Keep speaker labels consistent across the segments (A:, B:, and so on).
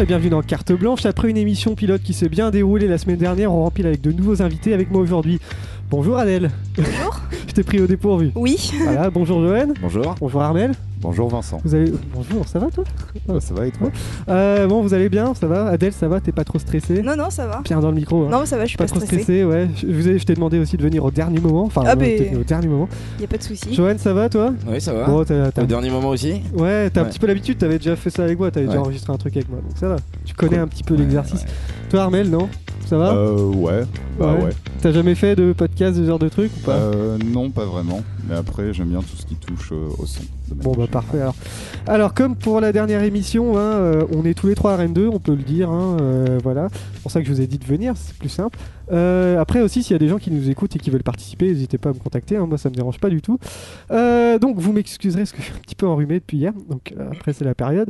A: et bienvenue dans Carte Blanche. Après une émission pilote qui s'est bien déroulée la semaine dernière, on rempile avec de nouveaux invités avec moi aujourd'hui. Bonjour Adèle.
B: Bonjour.
A: Je t'ai pris au dépourvu.
B: Oui.
A: Voilà, bonjour Johan.
C: Bonjour.
A: Bonjour Armel.
C: Bonjour Vincent.
A: Vous allez... Bonjour, ça va toi
C: Ah, ça va et toi
A: Euh, Bon, vous allez bien Ça va Adèle, ça va T'es pas trop stressé
B: Non, non, ça va.
A: Pierre dans le micro. hein.
B: Non, mais ça va, je suis
A: Pas
B: pas,
A: trop
B: stressée.
A: stressé, ouais. Je, vous ai- je t'ai demandé aussi de venir au dernier moment. Enfin,
B: Ah,
A: non,
B: mais-
A: t'es venu au dernier moment.
B: Il Y a pas de souci.
A: Johan, ça va toi
D: Oui, ça va.
A: Bon, t'as, t'as-
D: Au dernier moment aussi
A: Ouais, t'as un
D: Ouais.
A: petit peu l'habitude, t'avais déjà fait ça avec moi, t'avais déjà
D: Ouais.
A: enregistré un truc avec moi, donc ça va. Tu connais
D: Cool.
A: un petit peu l'exercice.
D: Ouais,
A: Toi, Armel, non Ça va
C: Euh, ouais. Bah
A: Ouais.
C: ouais.
A: T'as jamais fait de podcast, ce genre de truc ou pas
C: Euh, non, pas vraiment. Mais après, j'aime bien tout ce qui touche euh, au son. de manière
A: Bon bah
C: générale.
A: parfait alors. Alors comme pour la dernière émission, hein, euh, on est tous les trois à Rennes 2, on peut le dire, hein, euh, voilà. C'est pour ça que je vous ai dit de venir, c'est plus simple. Euh, après aussi s'il y a des gens qui nous écoutent et qui veulent participer, n'hésitez pas à me contacter, hein, moi ça me dérange pas du tout. Euh, donc vous m'excuserez parce que je suis un petit peu enrhumé depuis hier, donc euh, après c'est la période.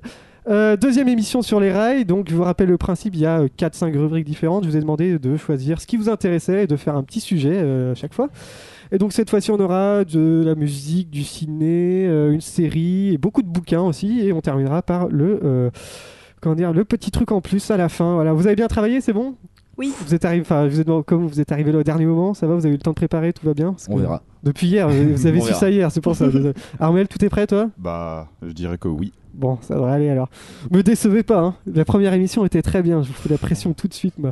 A: Euh, deuxième émission sur les rails, donc je vous rappelle le principe, il y a 4-5 rubriques différentes, je vous ai demandé de choisir ce qui vous intéressait et de faire un petit sujet euh, à chaque fois. Et donc cette fois-ci, on aura de la musique, du ciné, euh, une série et beaucoup de bouquins aussi. Et on terminera par le, euh, comment dire, le petit truc en plus à la fin. Voilà, vous avez bien travaillé, c'est bon
B: Oui.
A: Vous êtes arrivé, enfin, vous êtes comme vous êtes arrivé là au dernier moment, ça va Vous avez eu le temps de préparer, tout va bien Parce
D: On
A: que
D: verra.
A: Depuis hier, vous vous avez
D: On
A: su
D: verra.
A: ça hier, c'est pour ça. Désolé. Armel, tout est prêt, toi
C: Bah, je dirais que oui.
A: Bon, ça devrait aller alors. Me décevez pas, hein. la première émission était très bien, je vous fais la pression tout de suite. Moi.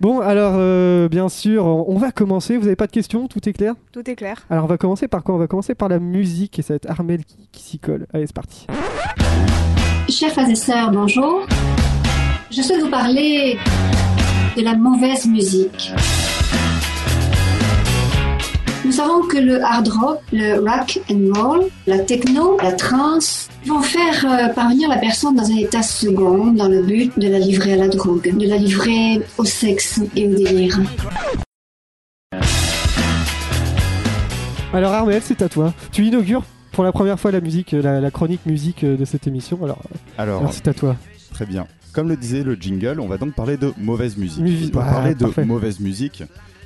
A: Bon, alors, euh, bien sûr, on on va commencer. Vous n'avez pas de questions Tout est clair
B: Tout est clair.
A: alors on va commencer par quoi On va commencer par la musique et ça va être Armel qui, qui s'y colle. Allez c'est parti.
E: Chers frères et sœurs, bonjour. Je souhaite vous parler de la mauvaise musique. Nous savons que le hard rock, le rock and roll, la techno, la trance vont faire euh, parvenir la personne dans un état second dans le but de la livrer à la drogue, de la livrer au sexe et au délire.
A: Alors Armel c'est à toi. Tu inaugures pour la première fois la musique, euh, la, la chronique musique euh, de cette émission. Alors, euh,
C: Alors,
A: alors, c'est à toi.
C: très bien. Comme le disait le jingle, on va donc parler de mauvaise musique.
A: Musi-
C: Et pour
A: Ah,
C: parler de
A: parfait.
C: mauvaise musique,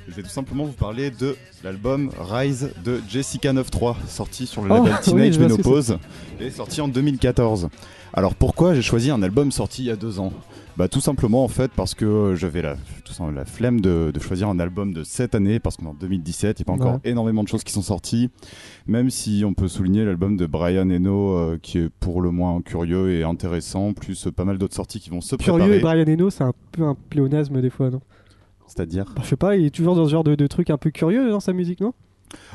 C: je vais tout simplement vous parler de l'album Rise de Jessica 93, sorti sur le
A: Oh,
C: label
A: oui,
C: Teenage
A: je vois ce que
C: Menopause et sorti en 2014. Alors pourquoi j'ai choisi un album sorti il y a deux ans bah tout simplement en fait parce que euh, j'avais la, tout simplement la flemme de, de choisir un album de cette année parce qu'en 2017 il n'y a pas encore
A: Ouais.
C: énormément de choses qui sont sorties même si on peut souligner l'album de Brian Eno euh, qui est pour le moins curieux et intéressant plus euh, pas mal d'autres sorties qui vont se
A: Curieux
C: préparer
A: et Brian Eno c'est un peu un pléonasme des fois non
C: c'est-à-dire
A: Bah, Je sais pas, il est toujours dans ce genre de, de truc un peu curieux dans sa musique non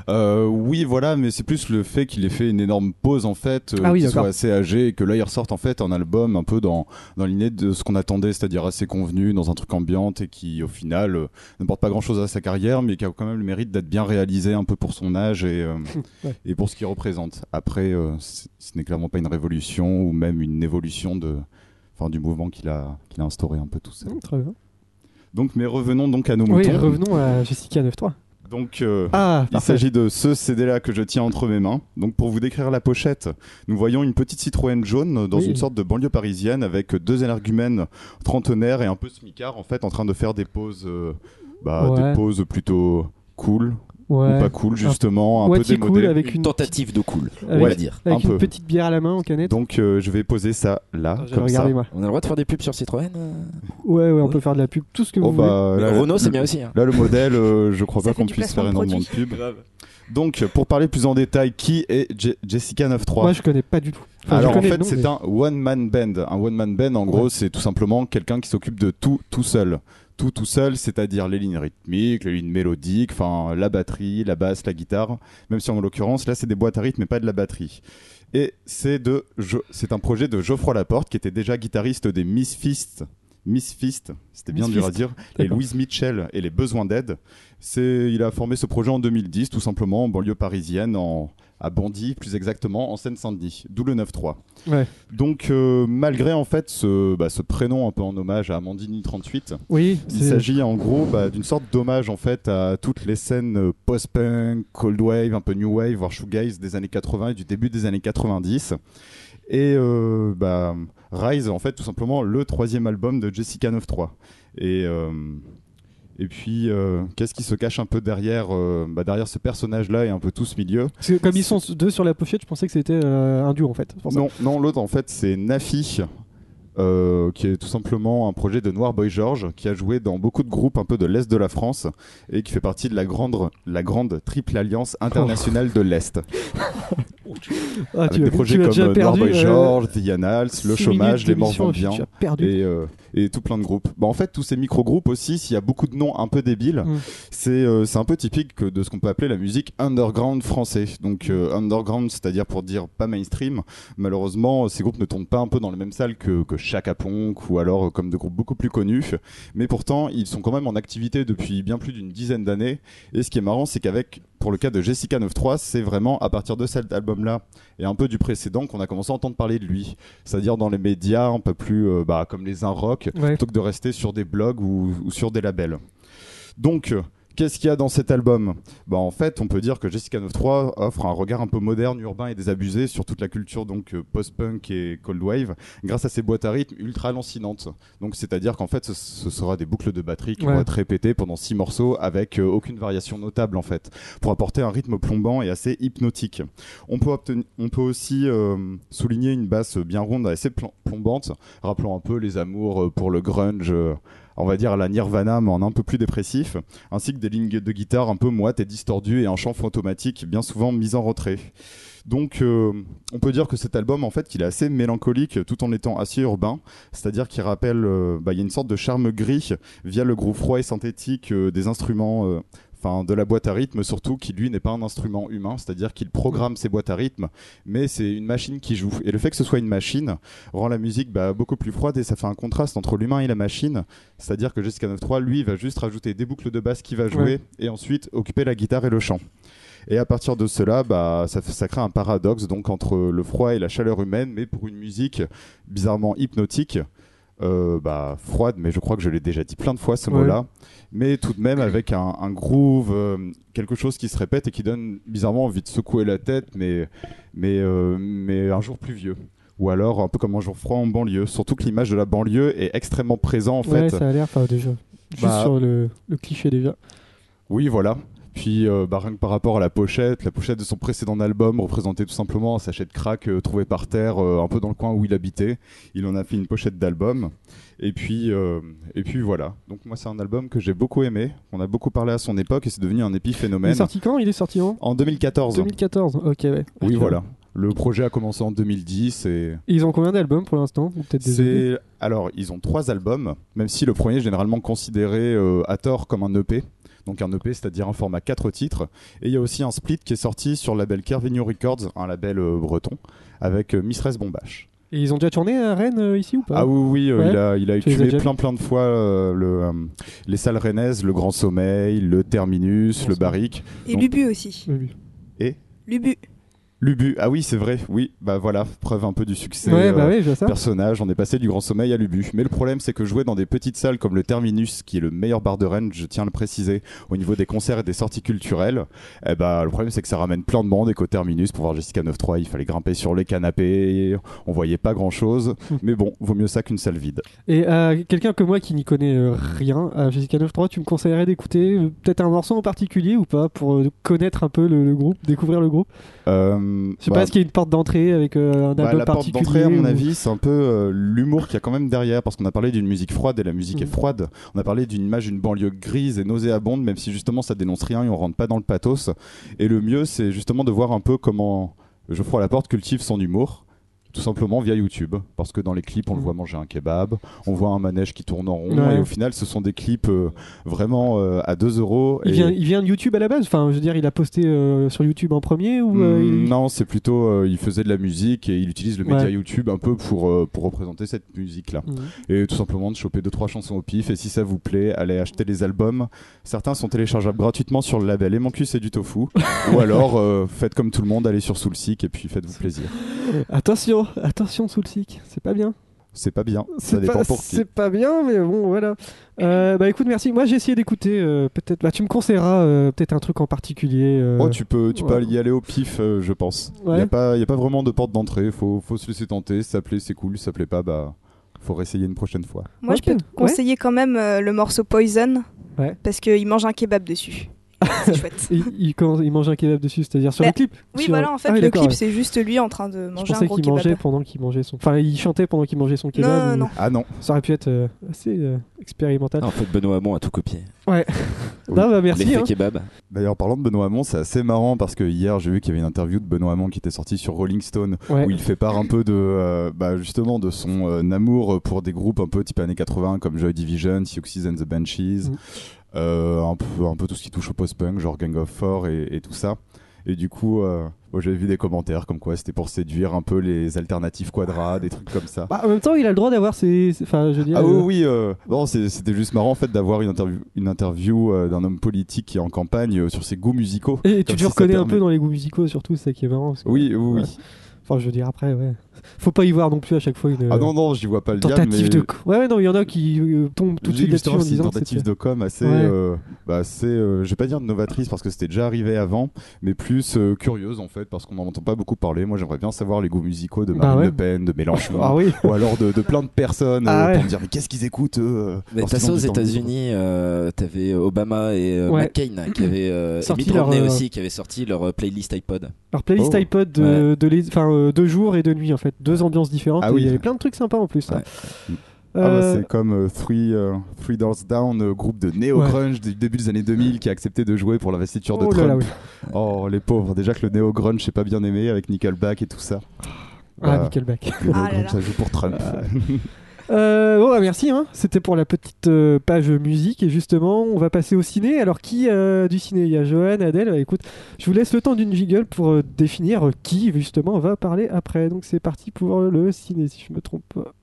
C: Euh, oui, voilà, mais c'est plus le fait qu'il ait fait une énorme pause en fait, euh,
A: Ah oui,
C: qu'il soit
A: d'accord.
C: assez âgé et que là il ressorte en fait un album un peu dans, dans l'idée de ce qu'on attendait, c'est-à-dire assez convenu, dans un truc ambiant et qui au final euh, n'apporte pas grand-chose à sa carrière, mais qui a quand même le mérite d'être bien réalisé un peu pour son âge et, euh,
A: Ouais.
C: et pour ce qu'il représente. Après, euh, c- ce n'est clairement pas une révolution ou même une évolution de, enfin, du mouvement qu'il a, qu'il a instauré un peu tout ça.
A: Hum, Très bien.
C: Donc, mais revenons donc à nos
A: Oui,
C: moutons.
A: revenons à Jessica 93.
C: Donc, euh,
A: Ah,
C: il
A: parfait.
C: s'agit de ce CD-là que je tiens entre mes mains. Donc pour vous décrire la pochette, nous voyons une petite Citroën jaune dans
A: Oui.
C: une sorte de banlieue parisienne avec deux énergumènes trentenaires et un peu smicard en fait en train de faire des poses, euh, bah,
A: Ouais.
C: des poses plutôt cool
A: Ouais.
C: ou pas cool justement, un peu
A: Moitié cool
C: démodé.
A: avec une,
D: tentative de cool, on
A: Avec-
D: va dire.
A: avec
C: un
A: une
C: peu.
A: petite bière à la main en canette.
C: Donc euh, je vais poser ça là
A: J'avais
C: comme ça.
A: regardé, moi.
D: On a le droit de faire des pubs sur Citroën euh
A: Ouais, ouais, on peut faire de la pub, tout ce que
C: Oh,
A: vous voulez.
C: bah, là,
D: Mais Renault, c'est
C: le-
D: bien aussi. hein.
C: Là, le modèle, euh, je crois
B: Ça
C: pas
B: fait
C: qu'on
B: du
C: puisse
B: placement
C: faire
B: de
C: énormément de pub. Donc, pour parler plus en détail, qui est Je- Jessica 93
A: Moi je connais pas du tout. Enfin, je
C: Alors en
A: connais le
C: fait,
A: nom,
C: c'est
A: mais-
C: un one man band. Un one man band, en gros, c'est tout simplement quelqu'un qui s'occupe de tout tout seul. Tout tout seul, c'est-à-dire les lignes rythmiques, les lignes mélodiques, enfin la batterie, la basse, la guitare. Même si en l'occurrence, là, c'est des boîtes à rythme, mais pas de la batterie. Et c'est de, Jo- c'est un projet de Geoffroy Laporte qui était déjà guitariste des Misfits. Misfits, c'était bien dur à
A: Misfits.
C: dire. Et
A: D'accord.
C: Louise Mitchell et les Besoins d'aide. C'est, il a formé ce projet en 2010, tout simplement en banlieue parisienne, en, à Bondy, plus exactement en Seine-Saint-Denis, d'où le 9-3.
A: Ouais.
C: Donc, euh, malgré en fait ce, bah, ce prénom un peu en hommage à Amandine 38,
A: Oui,
C: il
A: c'est-
C: s'agit en gros bah, d'une sorte d'hommage en fait à toutes les scènes euh, post-punk, cold wave, un peu new wave, voire shoegaze des années 80 et du début des années 90. Et euh, bah, Rise, en fait, tout simplement le troisième album de Jessica 93. Et euh, et puis, euh, qu'est-ce qui se cache un peu derrière, euh, bah, derrière ce personnage-là et un peu tout ce milieu
A: Parce que comme ils sont deux sur la pochette, je pensais que c'était euh, un duo en fait. c'est pour ça.
C: Non, non l'autre en fait c'est Nafi. euh, qui est tout simplement un projet de Noir Boy George, qui a joué dans beaucoup de groupes un peu de l'Est de la France et qui fait partie de la grande, la grande triple alliance internationale de l'Est.
A: Ah,
C: avec des projets
A: tu l'as
C: comme
A: déjà
C: euh, Noir
A: perdu,
C: Boy
A: euh,
C: George, The Annals, Le
A: six
C: Chômage,
A: minutes
C: Les Morts
A: d'émission,
C: vont
A: et puis
C: bien.
A: Tu as perdu.
C: et, euh, et tout plein de groupes. Bah, en fait, tous ces micro-groupes aussi, s'il y a beaucoup de noms un peu débiles,
A: Mm.
C: c'est euh, c'est un peu typique que de ce qu'on peut appeler la musique underground français. Donc euh, underground, c'est-à-dire pour dire pas mainstream. Malheureusement, euh, ces groupes ne tournent pas un peu dans les mêmes salles que, que Chaka Ponk ou alors euh, comme des groupes beaucoup plus connus. Mais pourtant, ils sont quand même en activité depuis bien plus d'une dizaine d'années. Et ce qui est marrant, c'est qu'avec, pour le cas de Jessica 93, c'est vraiment à partir de cet album-là et un peu du précédent qu'on a commencé à entendre parler de lui c'est-à-dire dans les médias un peu plus euh, bah, comme les un rock,
A: Ouais.
C: plutôt que de rester sur des blogs ou, ou sur des labels. Donc, euh, qu'est-ce qu'il y a dans cet album bah, En fait, on peut dire que Jessica 93 offre un regard un peu moderne, urbain et désabusé sur toute la culture donc euh, post-punk et cold wave, grâce à ses boîtes à rythme ultra lancinantes. Donc, c'est-à-dire qu'en fait, ce, ce sera des boucles de batterie qui
A: Ouais.
C: vont être répétées pendant six morceaux avec euh, aucune variation notable en fait, pour apporter un rythme plombant et assez hypnotique. On peut, obteni- on peut aussi euh, souligner une basse bien ronde et assez plom- plombante, rappelant un peu les amours euh, pour le grunge, euh, on va dire à la Nirvana, mais en un peu plus dépressif, ainsi que des lignes de guitare un peu moites et distordues et un chant fantomatique bien souvent mis en retrait. Donc euh, on peut dire que cet album, en fait, il est assez mélancolique tout en étant assez urbain, c'est-à-dire qu'il rappelle, euh, bah, il y a une sorte de charme gris via le groove froid et synthétique euh, des instruments euh, enfin de la boîte à rythme surtout qui lui n'est pas un instrument humain c'est-à-dire qu'il programme ses boîtes à rythme mais c'est une machine qui joue et le fait que ce soit une machine rend la musique bah, beaucoup plus froide et ça fait un contraste entre l'humain et la machine c'est-à-dire que Jessica 93 lui va juste rajouter des boucles de basse qui va jouer et ensuite occuper la guitare et le chant et à partir de cela, bah, ça, ça crée un paradoxe donc entre le froid et la chaleur humaine, mais pour une musique bizarrement hypnotique, euh, bah, froide, mais je crois que je l'ai déjà dit plein de fois ce
A: Ouais.
C: mot-là, mais tout de même avec un, un groove, euh, quelque chose qui se répète et qui donne bizarrement envie de secouer la tête, mais, mais, euh, mais un jour pluvieux. Ou alors un peu comme un jour froid en banlieue, surtout que l'image de la banlieue est extrêmement présente en
A: Ouais,
C: fait.
A: ça a l'air, enfin déjà. Juste
C: Bah-
A: sur le, le cliché déjà.
C: Oui, voilà. Puis, euh, bah, rien que par rapport à la pochette, la pochette de son précédent album représentait tout simplement un sachet de crack euh, trouvé par terre, euh, un peu dans le coin où il habitait. Il en a fait une pochette d'album. Et puis, euh, et puis voilà. Donc moi, c'est un album que j'ai beaucoup aimé. On a beaucoup parlé à son époque et c'est devenu un
A: Il est
C: épiphénomène.
A: sorti quand Il est sorti en
C: En 2014.
A: 2014. Ok, ouais. Ah,
C: Oui,
A: Ok.
C: voilà. Le projet a commencé en 2010 et
A: Et Ils ont combien d'albums pour l'instant Ou peut-être des EP
C: c'est alors ils ont trois albums, même si le premier est généralement considéré euh, à tort comme un EP. Donc un EP, c'est-à-dire un format quatre titres. Et il y a aussi un split qui est sorti sur le label Carvigno Records, un label euh, breton, avec euh, Mistress Bombache.
A: Et ils ont déjà tourné à Rennes euh, ici ou pas
C: Ah oui, oui, euh,
A: Ouais.
C: il a, il a
A: Tu les as
C: écumé
A: déjà vus
C: plein plein de fois euh, le, euh, les salles rennaises, le Grand Sommeil, le Terminus,
A: Grand
C: le
A: Sommeil.
C: Barrique.
B: Et
C: Donc-
B: Lubu aussi.
A: Ah Oui, oui.
B: Lubu.
C: Lubu, ah oui, c'est vrai, oui, bah voilà, preuve un peu du succès.
A: Ouais, bah
C: euh,
A: oui, je vois ça.
C: personnage, on est passé du Grand Sommeil à Lubu. Mais le problème, c'est que jouer dans des petites salles comme le Terminus, qui est le meilleur bar de Rennes, je tiens à le préciser, au niveau des concerts et des sorties culturelles, eh bah, le problème, c'est que ça ramène plein de monde et qu'au Terminus, pour voir Jessica 93, il fallait grimper sur les canapés, on voyait pas grand chose.
A: Hum.
C: Mais bon, vaut mieux ça qu'une salle vide.
A: Et à quelqu'un comme moi qui n'y connaît euh, rien, à Jessica 93, tu me conseillerais d'écouter euh, peut-être un morceau en particulier ou pas pour euh, connaître un peu le, le groupe, découvrir le groupe
C: Euh,
A: Je sais
C: bah,
A: pas, est-ce qu'il y a une porte d'entrée avec euh, un
C: Bah,
A: album
C: la porte
A: particulier
C: d'entrée, à mon
A: ou-
C: avis, c'est un peu euh, l'humour qu'il y a quand même derrière, parce qu'on a parlé d'une musique froide et la musique est
A: Mhm.
C: froide. On a parlé d'une image d'une banlieue grise et nauséabonde, même si justement ça dénonce rien et on rentre pas dans le pathos. Et le mieux, c'est justement de voir un peu comment Geoffroy Laporte cultive son humour. Tout simplement via YouTube, parce que dans les clips, on le
A: Mhm.
C: voit manger un kebab, on voit un manège qui tourne en rond,
A: Ouais.
C: et au final, ce sont des clips euh, vraiment euh, à 2 euros.
A: Il
C: et-
A: vient, il vient de YouTube à la base Enfin, je veux dire, il a posté euh, sur YouTube en premier ou euh,
C: Mm,
A: il-
C: Non, c'est plutôt euh, il faisait de la musique et il utilise le média
A: Ouais.
C: YouTube un peu pour euh, pour représenter cette musique là.
A: Mhm.
C: Et tout simplement de choper deux trois chansons au pif et si ça vous plaît, allez acheter les albums. Certains sont téléchargeables gratuitement sur le label Et mon cul c'est du tofu ou alors euh, faites comme tout le monde, allez sur Soulseek et puis faites-vous plaisir.
A: Attention, attention sous le SIC, c'est pas bien.
C: C'est pas bien, ça
A: C'est
C: dépend
A: pas,
C: pour qui.
A: c'est pas bien, mais bon, voilà. Euh, bah écoute, merci. Moi j'ai essayé d'écouter, euh, peut-être. Bah, tu me conseilleras euh, peut-être un truc en particulier. euh,
C: Oh, tu peux, tu
A: ouais.
C: peux y aller au pif, euh, je pense. Il
A: Ouais.
C: n'y a, pas- y a pas vraiment de porte d'entrée, faut, faut se laisser tenter. Si ça plaît, c'est cool, si ça plaît pas, bah, faut réessayer une prochaine fois.
B: Moi,
A: Ok,
B: je peux te
A: ouais.
B: conseiller quand même euh, le morceau Poison.
A: Ouais.
B: Parce qu'il mange un kebab dessus. C'est chouette.
A: Il, il, comment- il mange un kebab dessus, c'est-à-dire sur
B: Bah,
A: le clip
B: Oui,
A: Sur-
B: voilà, en fait,
A: Ah,
B: le
A: d'accord,
B: clip,
A: ouais.
B: c'est juste lui en train de
A: Je
B: manger un
A: pensais
B: gros
A: qu'il
B: kebab.
A: mangeait pendant qu'il mangeait son. Enfin, il chantait pendant qu'il mangeait son kebab.
B: non,
A: mais
B: non.
C: Ah non,
A: Ça aurait pu être euh, assez euh, expérimental.
D: En fait, Benoît Hamon a tout copié.
A: Non, bah merci.
D: L'effet
A: hein.
D: kebab.
C: D'ailleurs, parlant de Benoît Hamon, c'est assez marrant parce que hier, j'ai vu qu'il y avait une interview de Benoît Hamon qui était sortie sur Rolling Stone
A: Ouais.
C: où il fait part un peu de, euh, bah, justement, de son euh, amour pour des groupes un peu type années 80 comme Joy Division, Siouxsie and the Banshees,
A: Mm.
C: euh, un, peu, un peu tout ce qui touche au post-punk, genre Gang of Four et, et tout ça. Et du coup, euh, moi, j'avais vu des commentaires comme quoi c'était pour séduire un peu les alternatifs quadras, des trucs comme ça.
A: Bah, en même temps, il a le droit d'avoir ses. ses- Enfin, je veux dire.
C: Ah
A: euh,
C: oui, oui. euh, non, c'est- c'était juste marrant en fait d'avoir une interview, une interview euh, d'un homme politique qui est en campagne euh, sur ses goûts musicaux.
A: Et tu
C: Comme
A: te
C: si ça
A: reconnais un
C: permet-
A: peu dans les goûts musicaux, surtout, c'est ça qui est marrant. parce que-
C: Oui, oui, oui.
A: Ouais. Enfin, je veux dire, après, ouais. Faut pas y voir non plus à chaque fois une euh,
C: Ah non, non, j'y vois pas le diable.
A: tentative
C: mais-
A: de. co- Ouais, ouais, non, il y en a qui euh, tombent tout de
C: J'ai
A: suite là-dessus
C: justement,
A: en
C: c'est une
A: disant que
C: tentative
A: c'était-
C: de com assez,
A: Ouais.
C: euh, bah, assez, euh, je vais pas dire novatrice parce que c'était déjà arrivé avant, mais plus euh, curieuse en fait parce qu'on n'en entend pas beaucoup parler. Moi j'aimerais bien savoir les goûts musicaux de
A: Bah
C: Marine
A: ouais.
C: Le Pen, de Mélenchon,
A: Ah oui,
C: ou alors de, de plein de personnes euh,
A: Ah ouais.
C: pour me dire mais qu'est-ce qu'ils écoutent eux euh,
D: Mais
C: lorsqu'ils
D: t'as ça
C: ont
D: aux
C: du temps libre.
D: États-Unis, euh, t'avais Obama et euh,
A: Ouais.
D: McCain qui avaient euh,
A: Sorti
D: et Mitt Romney
A: leur, euh,
D: aussi qui avaient sorti leur euh, playlist iPod.
A: leur playlist
C: Oh.
A: iPod de,
D: Ouais.
A: de les- enfin, euh, de jour et de nuit en fait, deux ambiances différentes.
C: Ah
A: et
C: oui.
A: Il y avait plein de trucs sympas en plus. hein.
C: Ouais. Ah bah,
A: Euh,
C: c'est comme euh, three, euh, Three Doors Down, euh, groupe de
A: Ouais.
C: néo-grunge du début des années 2000 qui a accepté de jouer pour l'investiture de
A: oh là
C: Trump.
A: là, oui.
C: Oh les pauvres, déjà que le néo-grunge c'est pas bien aimé avec Nickelback et tout ça.
A: Ah,
C: Bah,
A: Nickelback.
C: le
B: Ah là
C: néo-grunge,
B: là.
C: ça joue pour Trump.
A: Euh, bon, bah, merci. hein. C'était pour la petite euh, page musique. Et justement, on va passer au ciné. Alors, qui euh, du ciné Il y a Johan, Adèle. Bah, écoute, je vous laisse le temps d'une jiggle pour euh, définir qui, justement, va parler après. Donc, c'est parti pour le ciné, si je me trompe pas.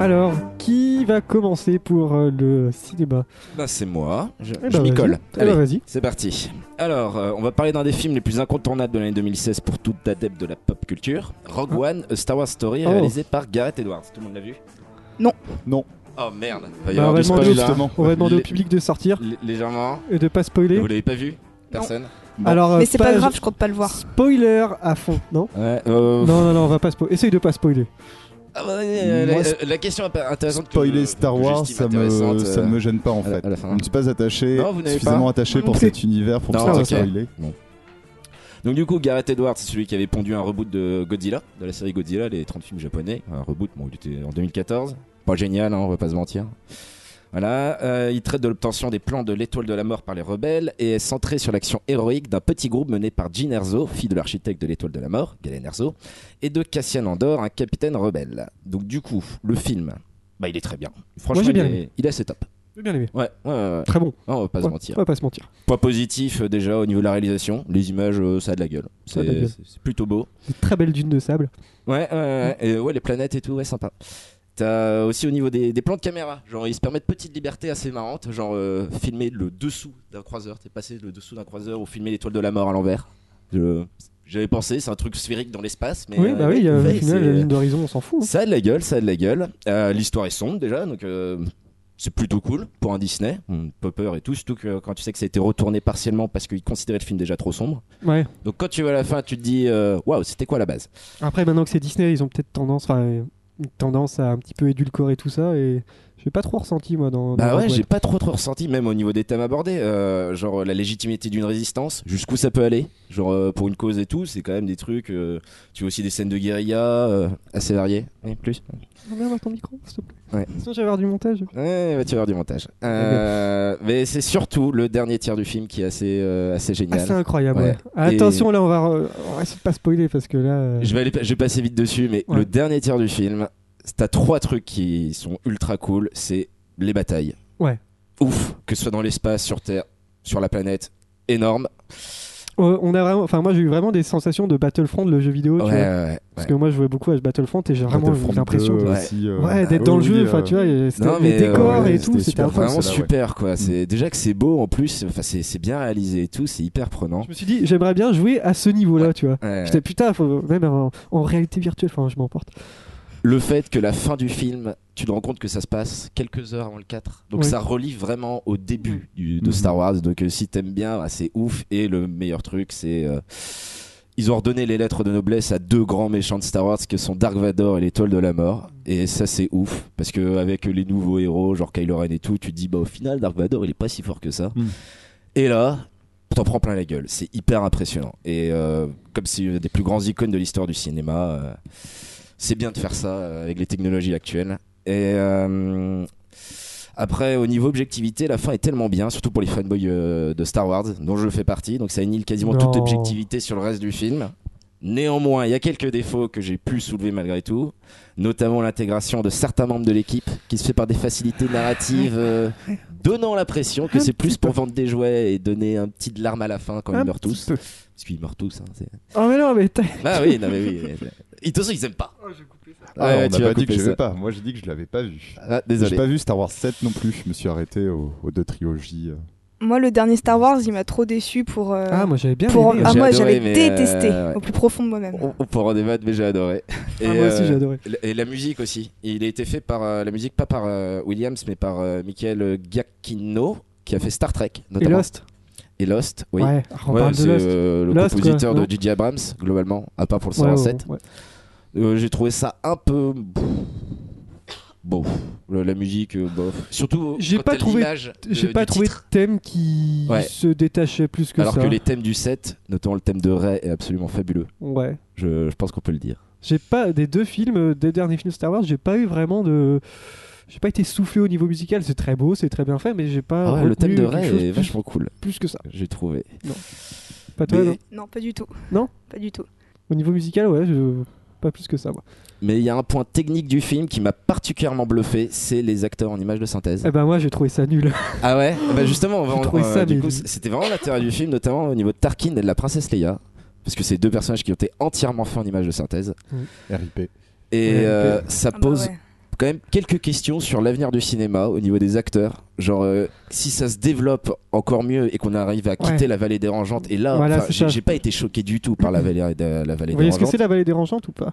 A: Alors, qui va commencer pour euh, le cinéma
D: Bah c'est moi, je,
A: Eh
D: je
A: ben,
D: m'y
A: vas-y.
D: colle.
A: Eh ben,
D: Allez.
A: vas-y.
D: C'est parti. Alors, euh, on va parler d'un des films les plus incontournables de l'année 2016 pour tout adepte de la pop culture. Rogue
C: Hein
D: One, A Star Wars Story,
A: Oh.
D: réalisé par Gareth Edwards. Tout le monde l'a vu
B: Non.
C: Non.
D: Oh merde. Il va y
A: Bah,
D: avoir
A: on, va
D: du
A: demander,
D: spoil,
A: au-
D: là.
A: on va demander au
D: Lé-
A: public de sortir
D: lé- Légèrement.
A: et de pas
D: Et
A: spoiler.
D: Vous l'avez pas vu Personne Bon.
A: Alors,
B: Mais
A: euh,
B: c'est pas
A: page
B: grave, je compte pas le voir.
A: Spoiler à fond, non
D: Ouais, euh,
A: Non, non, non, on va pas spoiler. Essaye de pas spoiler.
D: ah, bah, euh,
C: Moi,
D: la, euh, la question appa- intéressante. que
C: Spoiler
D: je-
C: Star
D: que
C: Wars,
D: j'estime
C: ça me,
D: intéressante,
C: ça
D: euh,
C: me gêne pas en
D: à la-
C: fait.
D: à la fin.
C: Je ne suis pas attaché,
D: Non, vous n'avez
C: suffisamment
D: pas
C: attaché
B: Non
C: pour
B: plus.
C: cet univers pour
D: Non,
C: me sentir
D: ok.
C: spoilé.
D: Donc du coup, Gareth Edwards, c'est celui qui avait pondu un reboot de Godzilla, de la série Godzilla, les 30 films japonais. Un reboot, bon, il était en 2014. Pas génial, hein, on va pas se mentir. Voilà, euh, il traite de l'obtention des plans de l'étoile de la mort par les rebelles et est centré sur l'action héroïque d'un petit groupe mené par Jean Erzo, fille de l'architecte de l'étoile de la mort, Galen Erzo, et de Cassian Andor, un capitaine rebelle. Donc du coup, le film, bah il est très bien. Franchement,
A: j'ai bien
D: il, est, il est assez top.
A: J'ai bien aimé.
D: Ouais, ouais, ouais, ouais.
A: Très bon.
D: Non, on va pas
A: Ouais,
D: se mentir.
A: On va pas se mentir.
D: Point positif euh, déjà au niveau de la réalisation, les images euh, ça a de la gueule.
A: Ça a de la
D: C'est
A: gueule.
D: c'est plutôt beau.
A: Des très belles dunes de sable.
D: Ouais, ouais, ouais, ouais. Et, ouais, les planètes et tout, ouais, sympa. T'as euh, aussi au niveau des, des plans de caméra, genre ils se permettent petites libertés assez marrantes, genre euh, filmer le dessous d'un croiseur, t'es passé le dessous d'un croiseur ou filmer l'étoile de la mort à l'envers. Je- J'avais pensé, c'est un truc sphérique dans l'espace, mais.
A: oui,
D: euh,
A: bah oui,
D: ouais,
A: euh,
D: ouais,
A: au final,
D: c'est-
A: la ligne d'horizon, on s'en fout. hein.
D: ça a de la gueule, ça a de la gueule. Euh, L'histoire est sombre déjà, donc euh, c'est plutôt cool pour un Disney. On peut peur et tout, surtout que quand tu sais que ça a été retourné partiellement parce qu'ils considéraient le film déjà trop sombre.
A: Ouais.
D: Donc quand tu vas à la fin, tu te dis euh, waouh, c'était quoi la base
A: Après, maintenant que c'est Disney, ils ont peut-être tendance, enfin, euh, une tendance à un petit peu édulcorer tout ça et j'ai pas trop ressenti moi dans.
D: Bah
A: dans
D: ouais,
A: Rogue One.
D: j'ai pas trop trop ressenti, même au niveau des thèmes abordés, euh, genre la légitimité d'une résistance, jusqu'où ça peut aller, genre euh, pour une cause et tout, c'est quand même des trucs. euh, tu vois aussi des scènes de guérilla euh, assez variées. Et plus.
A: J'aimerais avoir ton micro, s'il te plaît.
D: Ouais.
A: Sinon, j'avais du montage.
D: Ouais, bah, tu vas avoir du montage. Euh, mais c'est surtout le dernier tiers du film qui est assez euh, assez
A: Ah,
D: génial.
A: c'est incroyable.
D: Ouais.
A: ouais. Ah,
D: Et-
A: Attention, là, on va, re- on va essayer de pas spoiler parce que là. euh,
D: Je vais, aller, je vais passer vite dessus, mais
A: Ouais.
D: le dernier tiers du film, t'as trois trucs qui sont ultra cool. C'est les batailles.
A: Ouais.
D: Ouf, que ce soit dans l'espace, sur Terre, sur la planète, énorme.
A: euh, on a vraiment, enfin moi j'ai eu vraiment des sensations de Battlefront le jeu vidéo, tu
D: Ouais,
A: vois.
D: ouais,
A: parce
D: ouais.
A: que moi je jouais beaucoup à Battlefront et j'ai vraiment eu
C: Battlefront
A: l'impression
C: 2
A: de-
C: aussi, euh,
D: bah
A: ouais, d'être
C: oui,
A: dans le
C: oui,
A: jeu,
C: euh,
A: enfin tu vois, et c'était-
D: Non,
A: les
D: mais,
A: décors
D: euh,
A: et
C: ouais,
A: tout,
C: c'était
A: c'était
C: super
A: incroyable.
D: Vraiment
C: c'est là, ouais.
D: super quoi.
A: Mm.
D: C'est déjà que c'est beau en plus. Enfin c'est c'est bien réalisé et tout. C'est hyper prenant.
A: Je me suis dit, j'aimerais bien jouer à ce niveau-là, tu vois.
D: Ouais.
A: J'étais putain, faut- même en, en réalité virtuelle, enfin je m'emporte.
D: Le fait que la fin du film, tu te rends compte que ça se passe quelques heures avant le 4. Donc
A: Oui.
D: ça relie vraiment au début du- de
C: Mhm.
D: Star Wars. Donc euh, si t'aimes bien, bah, c'est ouf. Et le meilleur truc, c'est. euh, Ils ont redonné les lettres de noblesse à deux grands méchants de Star Wars que sont Dark Vador et l'étoile de la mort. Et ça, c'est ouf. Parce que avec les nouveaux héros, genre Kylo Ren et tout, tu te dis, bah au final, Dark Vador, il est pas si fort que ça.
C: Mhm.
D: Et là, t'en prends plein la gueule. C'est hyper impressionnant. Et euh, comme c'est une des plus grandes icônes de l'histoire du cinéma, euh, c'est bien de faire ça euh, avec les technologies actuelles. Et euh, après, au niveau objectivité, la fin est tellement bien, surtout pour les fanboys euh, de Star Wars, dont je fais partie. Donc ça annule quasiment toute
A: Non.
D: objectivité sur le reste du film. Néanmoins, il y a quelques défauts que j'ai pu soulever malgré tout, notamment l'intégration de certains membres de l'équipe qui se fait par des facilités narratives euh, donnant l'impression que
A: Un
D: c'est
A: petit
D: plus
A: peu.
D: pour vendre des jouets et donner un petit de larme à la fin quand
A: Un
D: ils meurent
A: petit
D: tous.
A: peu.
D: Parce qu'ils meurent tous. Hein, c'est-
A: Oh mais non, mais t'as-
D: ah oui, non mais oui. mais- Et de toute façon, ils aiment pas.
C: Ah, on
D: Ouais, tu
C: n'a pas dit
D: vas
C: que
D: couper
C: je l'avais
D: ça.
C: pas. Moi, j'ai dit que je l'avais pas vu.
D: Ah,
C: J'ai
D: désolé.
C: pas vu Star Wars 7 non plus. Je me suis arrêté aux, aux deux trilogies. euh.
B: Moi, le dernier Star Wars, il m'a trop déçu pour. euh,
A: Ah moi j'avais bien
B: pour...
A: aimé.
B: ah,
D: J'ai
B: moi,
D: adoré,
B: j'avais
D: mais,
B: détesté
D: euh, ouais.
B: au plus profond de moi-même.
D: On, on pourra en débattre, mais j'ai adoré.
A: Ah, moi aussi
D: euh,
A: j'ai adoré.
D: la- Et la musique aussi. Il a été fait par euh, la musique pas par euh, Williams, mais par euh, Michael Giacchino, qui a fait Star Trek
A: Et
D: notamment.
A: Lost
D: Et Lost, oui.
A: Ouais, on
D: Ouais,
A: parle de
D: c'est
A: Lost.
D: euh, le
A: Lost,
D: compositeur
A: quoi, non
D: de J.J. Abrams, globalement, à part pour le
A: Ouais,
D: 107.
A: ouais, ouais.
D: Euh, j'ai trouvé ça un peu bof la, la musique euh, bof surtout euh,
A: J'ai
D: quand
A: pas
D: t'as
A: trouvé-
D: l'image de-
A: J'ai
D: du
A: pas trouvé de
D: titre.
A: thème qui
D: Ouais.
A: se détachait plus que
D: alors
A: ça.
D: que les thèmes du set notamment le thème de Ray est absolument fabuleux
A: Ouais.
D: je, je pense qu'on peut le dire
A: J'ai pas des deux films, euh, des derniers films Star Wars, j'ai pas eu vraiment de j'ai pas été soufflé au niveau musical, c'est très beau, c'est très bien fait mais j'ai pas
D: Ah ouais, le thème
A: retenu
D: de
A: quelque
D: Ray
A: chose
D: est
A: plus-
D: vachement cool
A: plus que ça.
D: j'ai trouvé
A: Pas hein. toi
D: Mais-
A: non
B: Non, pas du tout.
A: Non
B: Pas du tout.
A: Au niveau musical, ouais, je- pas plus que ça moi.
D: mais il y a un point technique du film qui m'a particulièrement bluffé c'est les acteurs en images de synthèse
A: Eh ben moi j'ai trouvé ça nul.
D: ah ouais bah justement on va
A: J'ai
D: en-
A: trouvé
D: euh,
A: ça,
D: du
A: mais-
D: coup, c- c'était vraiment l'intérêt du film notamment au niveau de Tarkin et de la princesse Leia parce que c'est deux personnages qui ont été entièrement faits en images de synthèse
C: RIP.
D: et
A: Ouais,
D: euh, ça
B: Ah bah
D: pose
B: ouais.
D: quand même quelques questions sur l'avenir du cinéma au niveau des acteurs. Genre, euh, si ça se développe encore mieux et qu'on arrive à quitter
A: Ouais.
D: la vallée dérangeante, et là,
A: Voilà,
D: enfin,
A: c'est
D: j'ai
A: ça. Mm-hmm.
D: j'ai pas été choqué du tout par la vallée, de- la vallée
A: Vous voyez ce que
D: dérangeante.
A: c'est la vallée dérangeante ou pas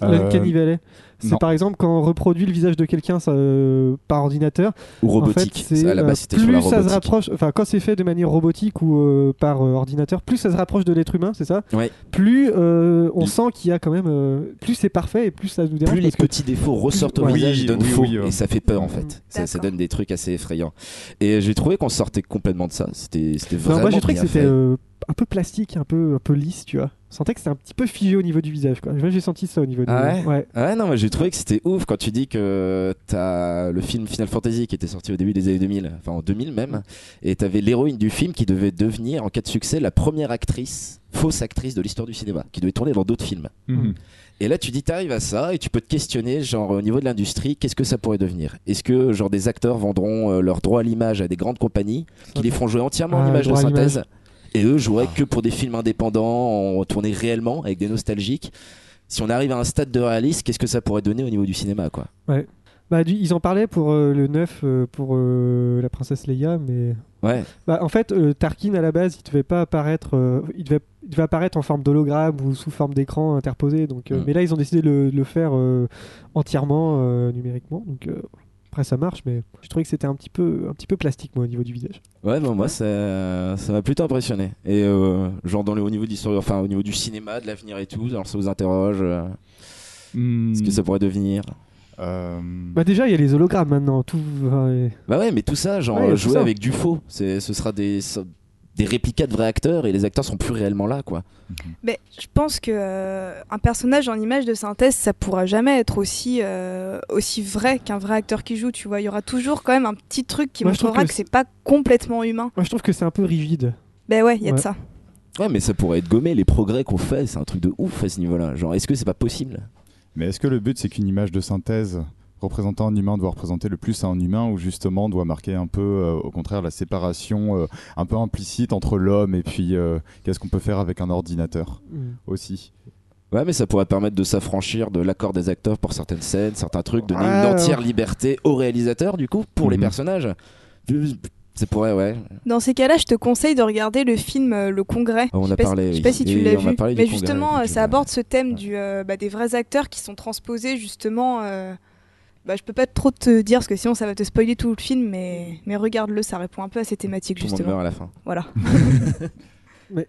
C: Euh,
A: Le canivelet. C'est
C: non.
A: par exemple quand on reproduit le visage de quelqu'un ça, euh, par ordinateur.
D: Ou
A: en fait,
D: robotique.
A: c'est,
D: à la
A: euh,
D: base, c'était
A: plus
D: sur la
A: ça se
D: robotique.
A: rapproche, enfin quand c'est fait de manière robotique ou euh, par euh, ordinateur, plus ça se rapproche de l'être humain, c'est ça
D: Ouais.
A: Plus euh, on
D: Il-
A: sent qu'il y a quand même, euh, plus c'est parfait et plus ça nous dérange.
D: Plus les
A: parce que-
D: petits défauts ressortent au
A: Oui, Mm-hmm.
D: visage et donnent
C: oui,
D: faux,
C: oui, euh.
D: et ça fait peur en fait. Ça, ça
B: D'accord.
D: donne des trucs assez effrayants. Et j'ai trouvé qu'on sortait complètement de ça. C'était c'était
A: Non,
D: vraiment.
A: moi j'ai trouvé que
D: bien
A: c'était
D: fait.
A: euh, un peu plastique, un peu, un peu lisse, tu vois. Je sentais que c'était un petit peu figé au niveau du visage, quoi. Moi, J'ai senti ça au niveau du.
D: Ah ouais Ah non, moi j'ai trouvé que c'était ouf quand tu dis que t'as le film Final Fantasy qui était sorti au début des années 2000, enfin en 2000 même, et t'avais l'héroïne du film qui devait devenir, en cas de succès, la première actrice, fausse actrice de l'histoire du cinéma, qui devait tourner dans d'autres films.
A: Mhm.
D: Et là, tu dis, t'arrives à ça et tu peux te questionner, genre, au niveau de l'industrie, qu'est-ce que ça pourrait devenir Est-ce que, genre, des acteurs vendront euh, leur droit à l'image à des grandes compagnies qui les font jouer entièrement en
A: Ah,
D: image de
A: droit à
D: synthèse et eux joueraient que pour des films indépendants, en tournée réellement, avec des nostalgiques Si on arrive à un stade de réalisme, qu'est-ce que ça pourrait donner au niveau du cinéma, quoi
A: Bah, du- ils en parlaient pour euh, le 9, euh, pour euh, la princesse Leia, mais.
D: Ouais,
A: Bah, en fait, euh, Tarkin à la base, il devait pas apparaître. euh, il, devait, il devait apparaître en forme d'hologramme ou sous forme d'écran interposé. Donc, euh,
D: Mm.
A: mais là, ils ont décidé de le, de le faire euh, entièrement euh, numériquement. Donc euh, après, ça marche, mais je trouvais que c'était un petit peu, un petit peu plastique moi au niveau du visage.
D: ouais, bon, moi ça ça m'a plutôt impressionné. Et euh, genre dans le au niveau de l'histoire, enfin au niveau du cinéma, de l'avenir et tout, alors ça vous interroge, euh, ce
A: Mm.
D: que ça pourrait devenir.
C: Euh,
A: Bah déjà, il y a les hologrammes maintenant. Tout. enfin, et-
D: Bah ouais, mais tout ça, genre
A: Ouais,
D: euh,
A: tout
D: jouer
A: ça.
D: avec du faux, c'est ce sera des so- des réplicas de vrais acteurs et les acteurs sont plus réellement là quoi.
B: Mais je pense que euh, un personnage en image de synthèse, ça pourra jamais être aussi euh, aussi vrai qu'un vrai acteur qui joue. Tu vois, il y aura toujours quand même un petit truc qui
A: Moi, je trouve
B: montrera
A: que
B: que, c'est pas complètement humain.
A: Moi, je trouve que c'est un peu rigide.
B: Ben ouais, il y a
A: Ouais.
B: de ça.
D: Ouais, mais ça pourrait être gommé les progrès qu'on fait, c'est un truc de ouf à ce niveau-là. Genre est-ce que c'est pas possible
C: Mais est-ce que le but, c'est qu'une image de synthèse représentant un humain doit représenter le plus à un humain, ou justement doit marquer un peu, euh, au contraire, la séparation euh, un peu implicite entre l'homme et puis euh, qu'est-ce qu'on peut faire avec un ordinateur aussi.
D: Ouais, mais ça pourrait permettre de s'affranchir de l'accord des acteurs pour certaines scènes, certains trucs, donner
A: Ouais,
D: une
A: ouais.
D: entière liberté au réalisateur, du coup, pour les
C: Mhm.
D: personnages. Ça pourrait, ouais.
B: Dans ces cas-là, je te conseille de regarder le film euh, Le Congrès.
D: Ah,
B: je
D: On a
B: sais pas si-
D: parlé,
B: Je sais
D: oui.
B: pas si tu
D: Oui,
B: l'as
D: on a
B: vu.
D: parlé du
B: Mais
D: Congrès,
B: justement,
D: donc,
B: euh,
D: euh,
B: ça aborde ce thème
D: ouais.
B: du, euh, bah, des vrais acteurs qui sont transposés justement. euh, bah, je peux pas trop te dire parce que sinon ça va te spoiler tout le film, mais, mais regarde-le, ça répond un peu à ces thématiques
D: Tout le monde
B: justement.
D: meurt à la fin.
B: Voilà.
A: Je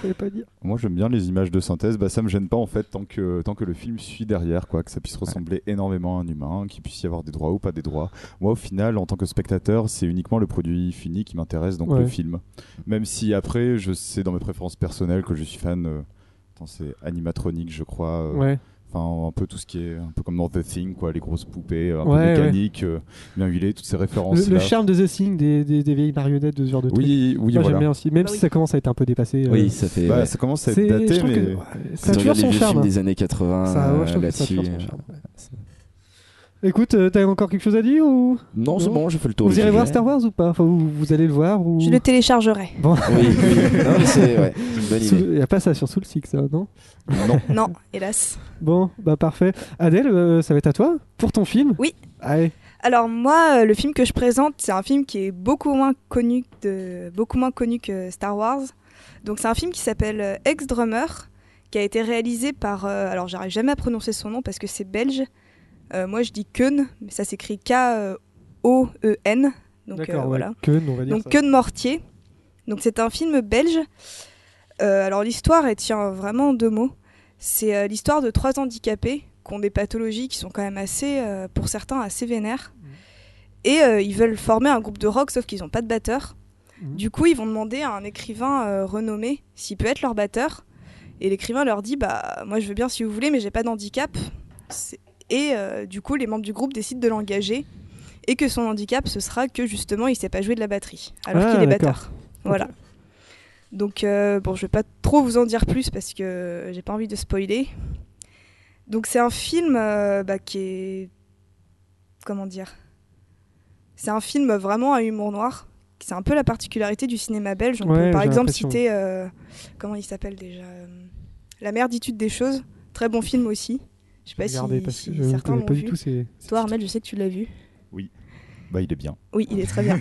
A: pouvais pas dire.
C: Moi, j'aime bien les images de synthèse. Bah, ça me gêne pas en fait tant que tant que le film suit derrière, quoi, que ça puisse ressembler énormément à un humain, qu'il puisse y avoir des droits ou pas des droits. Moi, au final, en tant que spectateur, c'est uniquement le produit fini qui m'intéresse, donc le
A: Ouais.
C: film. Même si après, je sais dans mes préférences personnelles que je suis fan. euh, attends, c'est animatronique, je crois. euh,
A: Ouais.
C: Enfin, un peu tout ce qui est un peu comme dans The Thing, quoi, les grosses poupées, euh, un
A: Ouais,
C: peu
A: ouais.
C: mécaniques, euh, bien huilées, toutes ces références.
A: Le, le charme de The Thing, des, des- des vieilles marionnettes, de ce genre de trucs.
C: oui, oui,
A: Moi,
C: voilà.
A: j'aime bien aussi, même
B: Bah
A: si
B: oui.
A: ça commence à être un peu dépassé. euh,
D: Oui, ça fait.
C: Bah,
D: ouais.
C: Ça commence à
A: c'est
C: être
A: je
C: daté,
A: trouve
C: mais.
A: que- ouais,
D: Quand
A: ça a
D: tu
A: toujours
D: regardes les
A: son
D: vieux
A: charme.
D: films des années 80
A: Ça, ouais, je trouve
D: euh,
A: que ça a
D: là-dessus.
A: toujours son
D: euh,
A: charme, Écoute, euh, t'as encore quelque chose à dire ou
D: Non, c'est
A: Non.
D: bon, j'ai fait le tour.
A: vous
D: du
A: irez voir
D: sujet.
A: Star Wars ou pas Enfin, vous, vous allez le voir ou
B: Je le téléchargerai.
D: Oui, oui. Non, mais c'est ouais, c'est une bonne
A: Soul-
D: idée.
A: y a pas ça sur Soul Six, ça, non
C: Non,
B: non, hélas.
A: Bon, bah parfait. Adèle, euh, ça va être à toi pour ton film.
B: Oui.
A: Allez.
B: Alors moi, euh, le film que je présente, c'est un film qui est beaucoup moins connu que, de- beaucoup moins connu que Star Wars. Donc c'est un film qui s'appelle euh, Ex Drummer, qui a été réalisé par, euh, alors j'arrive jamais à prononcer son nom parce que c'est belge. Euh, moi je dis Keun, mais ça s'écrit K euh, O E N. Donc euh,
A: D'accord. ouais.
B: voilà.
A: Keun, on va dire.
B: Donc
A: ça.
B: Que de Mortier. Donc c'est un film belge. Euh, alors l'histoire, elle tient vraiment en deux mots. C'est euh, l'histoire de trois handicapés qui ont des pathologies qui sont quand même assez, euh, pour certains, assez vénères.
A: Mm.
B: Et euh, ils veulent former un groupe de rock, sauf qu'ils n'ont pas de batteur.
A: Mhm.
B: Du coup, ils vont demander à un écrivain euh, renommé s'il peut être leur batteur. Et l'écrivain leur dit, bah moi je veux bien si vous voulez, mais j'ai pas d'handicap. C'est- Et euh, du coup, les membres du groupe décident de l'engager et que son handicap ce sera que justement il sait pas jouer de la batterie alors
A: Ah,
B: qu'il est
A: d'accord.
B: batteur. Voilà. Donc euh, bon, je vais pas trop vous en dire plus parce que j'ai pas envie de spoiler. Donc c'est un film euh, bah, qui est comment dire C'est un film vraiment à humour noir. C'est un peu la particularité du cinéma belge. On
A: Ouais,
B: peut par
A: j'ai
B: exemple
A: l'impression.
B: citer euh, comment il s'appelle déjà euh, La merditude des choses. Très bon film aussi. Je sais pas Bah, si,
A: Regardez, parce
B: si
A: que je ne
B: certains
A: connais
B: l'ont
A: pas du
B: vu.
A: tout. C'est.
B: Toi Armel, je sais que tu l'as vu.
C: bah il est bien.
B: Oui, il est très bien.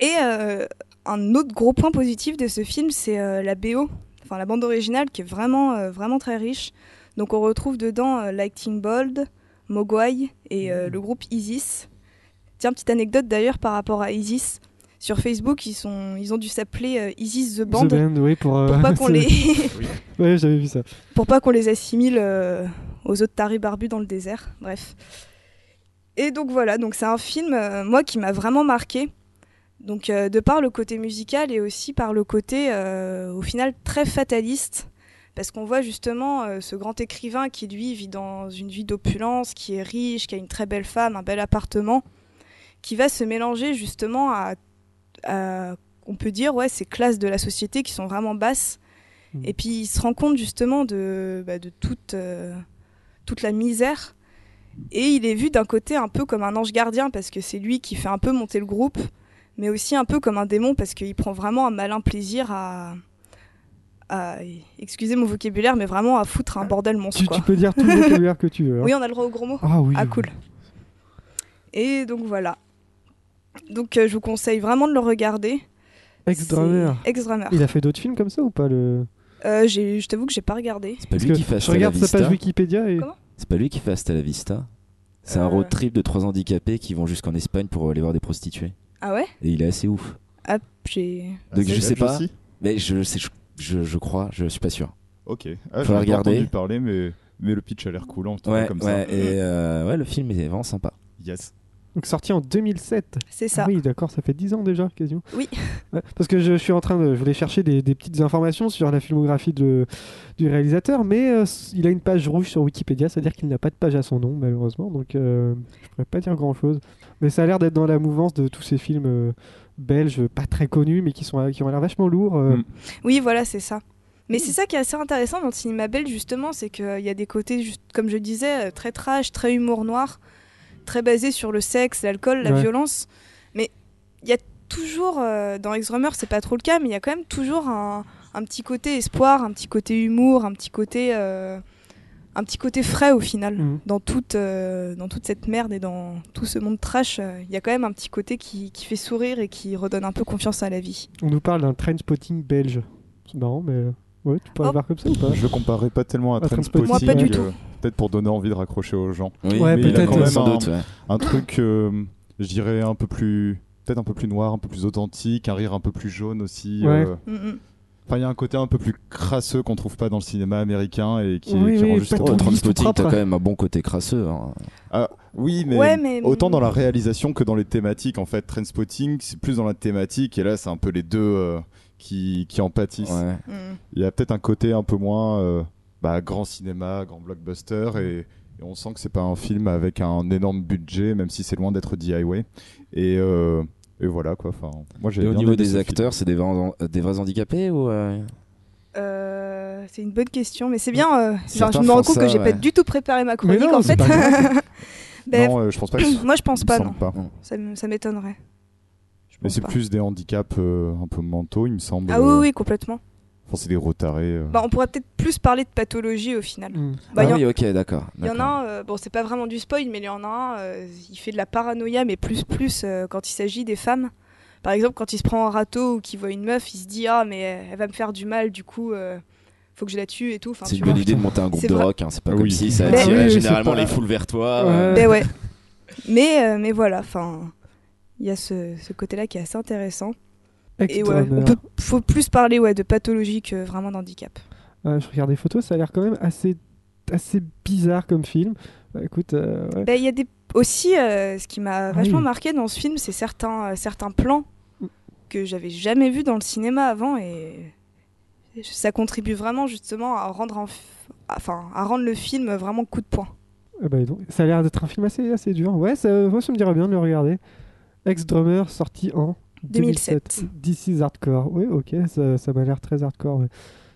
B: Et euh, un autre gros point positif de ce film, c'est euh, la BO, enfin la bande originale qui est vraiment, euh, vraiment très riche. Donc on retrouve dedans euh, Lightning Bold, Mogwai et
A: Mm.
B: euh, le groupe Isis. Tiens, petite anecdote d'ailleurs par rapport à Isis. Sur Facebook, ils, sont, ils ont dû s'appeler euh, Isis The Band.
A: The Band, oui, pour. euh,
B: pour pas qu'on
A: c'est-
B: les,
A: Ouais, j'avais vu ça.
B: pour pas qu'on les assimile euh, aux autres tarés barbus dans le désert. Bref. Et donc voilà, donc c'est un film euh, moi qui m'a vraiment marqué. Donc euh, de par le côté musical et aussi par le côté euh, au final très fataliste parce qu'on voit justement euh, ce grand écrivain qui lui vit dans une vie d'opulence, qui est riche, qui a une très belle femme, un bel appartement, qui va se mélanger justement à, à- on peut dire ouais ces classes de la société qui sont vraiment basses
A: Hmm.
B: et puis il se rend compte justement de, bah, de toute, euh, toute la misère. Et il est vu d'un côté un peu comme un ange gardien parce que c'est lui qui fait un peu monter le groupe, mais aussi un peu comme un démon parce qu'il prend vraiment un malin plaisir à, à- excusez mon vocabulaire, mais vraiment à foutre un bordel
A: Ah.
B: monstre.
A: Tu,
B: quoi.
A: tu peux dire tout le vocabulaire que tu veux. hein.
B: Oui, on a le droit aux gros mots.
A: Ah oui.
B: Ah cool. Et donc voilà. Donc euh, je vous conseille vraiment de le regarder.
A: Ex drummer.
B: C'est Ex-drummer.
A: Il a fait d'autres films comme ça ou pas le
B: Euh, j'ai- je t'avoue que j'ai pas regardé.
D: C'est pas
A: Parce
D: lui
A: que
D: qui fait
A: je
D: Hasta la hein.
A: regarde sa
D: Vista.
A: page Wikipédia et.
B: Comment
D: C'est pas lui qui fait Hasta la Vista. C'est un
B: Euh.
D: road trip de trois handicapés qui vont jusqu'en Espagne pour aller voir des prostituées.
B: Ah ouais
D: Et il est assez ouf.
B: Ah, j'ai.
D: Donc,
C: Bah, c'est
D: je sais
C: belge
D: pas.
C: aussi
D: Mais je sais, je, je- je crois, je suis pas sûr.
C: Ok. Ah,
D: Faut
C: j'en ai pas
D: regarder.
C: entendu parler, mais mais le pitch a l'air cool en tout cas
D: Ouais,
C: comme
D: ouais,
C: ça.
D: et euh, ouais, le film est vraiment sympa.
C: Yes.
A: Donc sorti en 2007.
B: C'est ça.
A: Ah oui, d'accord, ça fait 10 ans déjà, quasiment.
B: Oui.
A: Ouais, parce que je suis en train de. Je voulais chercher des, des petites informations sur la filmographie de, du réalisateur, mais euh, s- il a une page rouge sur Wikipédia, c'est-à-dire qu'il n'a pas de page à son nom, malheureusement, donc euh, je pourrais pas dire grand-chose. Mais ça a l'air d'être dans la mouvance de tous ces films euh, belges, pas très connus, mais qui, sont, qui ont l'air vachement lourds. euh.
C: Mm.
B: Oui, voilà, c'est ça. Mais c'est ça qui est assez intéressant dans le euh, cinéma belge, justement, c'est qu'il y a des côtés, juste, comme je disais, euh, très trash, très humour noir. très basé sur le sexe, l'alcool, la
A: Ouais.
B: violence. Mais il y a toujours, euh, dans X-Drummer, c'est pas trop le cas, mais il y a quand même toujours un, un petit côté espoir, un petit côté humour, un petit côté, euh, un petit côté frais au final.
A: Mhm.
B: Dans, toute, euh, dans toute cette merde et dans tout ce monde trash, euh, il y a quand même un petit côté qui, qui fait sourire et qui redonne un peu confiance à la vie.
A: On nous parle d'un train spotting belge. C'est marrant, mais euh, ouais, tu pourrais
B: Oh.
A: le voir comme ça ou pas
C: Je le comparais pas tellement à
A: Ah,
C: Trainspotting.
A: Trainspotting.
B: Moi, pas du tout.
C: euh, Peut-être pour donner envie de raccrocher aux gens.
D: Oui,
A: Ouais,
D: mais il a
A: peut-être,
D: quand même
A: ouais.
D: sans doute. ouais.
C: Un truc, euh, je dirais, un peu plus. Peut-être un peu plus noir, un peu plus authentique, un rire un peu plus jaune aussi.
A: Ouais.
C: euh,
B: Mhm.
C: Enfin, il y a un côté un peu plus crasseux qu'on trouve pas dans le cinéma américain et qui,
A: Oui,
C: qui
A: oui,
C: rend juste
A: pas
D: Oh,
A: Ton
C: heureux.
A: lisse tout
D: Trainspotting,
A: propre.
D: t'as quand même un bon côté crasseux. hein.
C: Ah, oui, mais,
B: Ouais, mais-
C: autant dans la réalisation que dans les thématiques. En fait, Trainspotting, c'est plus dans la thématique et là, c'est un peu les deux euh, qui, qui en pâtissent.
D: Ouais.
B: Mhm.
C: Il y a peut-être un côté un peu moins euh, bah, grand cinéma, grand blockbuster et, et on sent que c'est pas un film avec un énorme budget, même si c'est loin d'être DIY. Et, euh, et voilà quoi. Enfin, moi, j'ai
D: Et au
C: bien
D: niveau
C: aimé
D: des
C: ce
D: acteurs, c'est des vrais, euh, des vrais handicapés ou euh,
B: Euh, c'est une bonne question, mais c'est bien. euh, genre, je
D: Certains
B: me rends
D: font
B: compte que
D: ça,
B: j'ai
D: ouais.
B: pas du tout préparé ma chronique
A: non,
B: en
A: c'est
B: fait.
A: pas
C: film.
B: Ben,
C: Non, euh, je pense pas. que ce-
B: moi je pense
C: il me
B: pas,
C: semble
B: non.
C: pas.
B: Ça, m- ça m'étonnerait. Je
C: Mais
B: pense
C: c'est
B: pas.
C: plus des handicaps euh, un peu mentaux, il me semble.
B: Ah oui, oui, complètement.
C: Enfin, c'est des retarés. euh.
B: Bah, on pourrait peut-être plus parler de pathologie au final.
A: Mm.
B: Bah,
D: Ah
B: y en-
D: oui, ok, d'accord.
B: Il y en a
D: d'accord.
B: un, euh, bon, c'est pas vraiment du spoil, mais il y en a un, euh, il fait de la paranoïa, mais plus plus euh, quand il s'agit des femmes. Par exemple, quand il se prend un râteau ou qu'il voit une meuf, il se dit Ah, mais elle va me faire du mal, du coup, euh, faut que je la tue et tout. Enfin,
D: C'est
B: tu
D: une bonne
B: vois.
D: idée de monter un groupe
B: C'est
D: de
B: vrai.
D: rock, hein, c'est pas
C: Ah Oui.
D: comme si ça
B: Mais-
D: attirait
A: Oui, oui, c'est
D: généralement
A: pas-
D: les foules vers toi.
A: Ouais.
D: euh,
B: Ben ouais. mais, euh, mais voilà, enfin, il y a ce, ce côté-là qui est assez intéressant.
A: Ah,
B: Et ouais,
A: Ex-drummer.
B: on peut, faut plus parler ouais, de pathologie que vraiment d'handicap.
A: Euh, je regarde les photos, ça a l'air quand même assez, assez bizarre comme film. Bah, écoute, euh, ouais.
B: Ben, Il y a des... aussi, euh, ce qui m'a
A: Ah oui.
B: vachement marqué dans ce film, c'est certains, euh, certains plans que j'avais jamais vus dans le cinéma avant et ça contribue vraiment justement à rendre, un f- enfin, à rendre le film vraiment coup de poing.
A: Ah bah, dis donc. ça a l'air d'être un film assez, assez dur. Ouais, ça, moi ça me dirait bien de le regarder. Ex-drummer sorti en
B: 2007.
A: 2007. This is hardcore. Oui, ok, ça, ça m'a l'air très hardcore. ouais.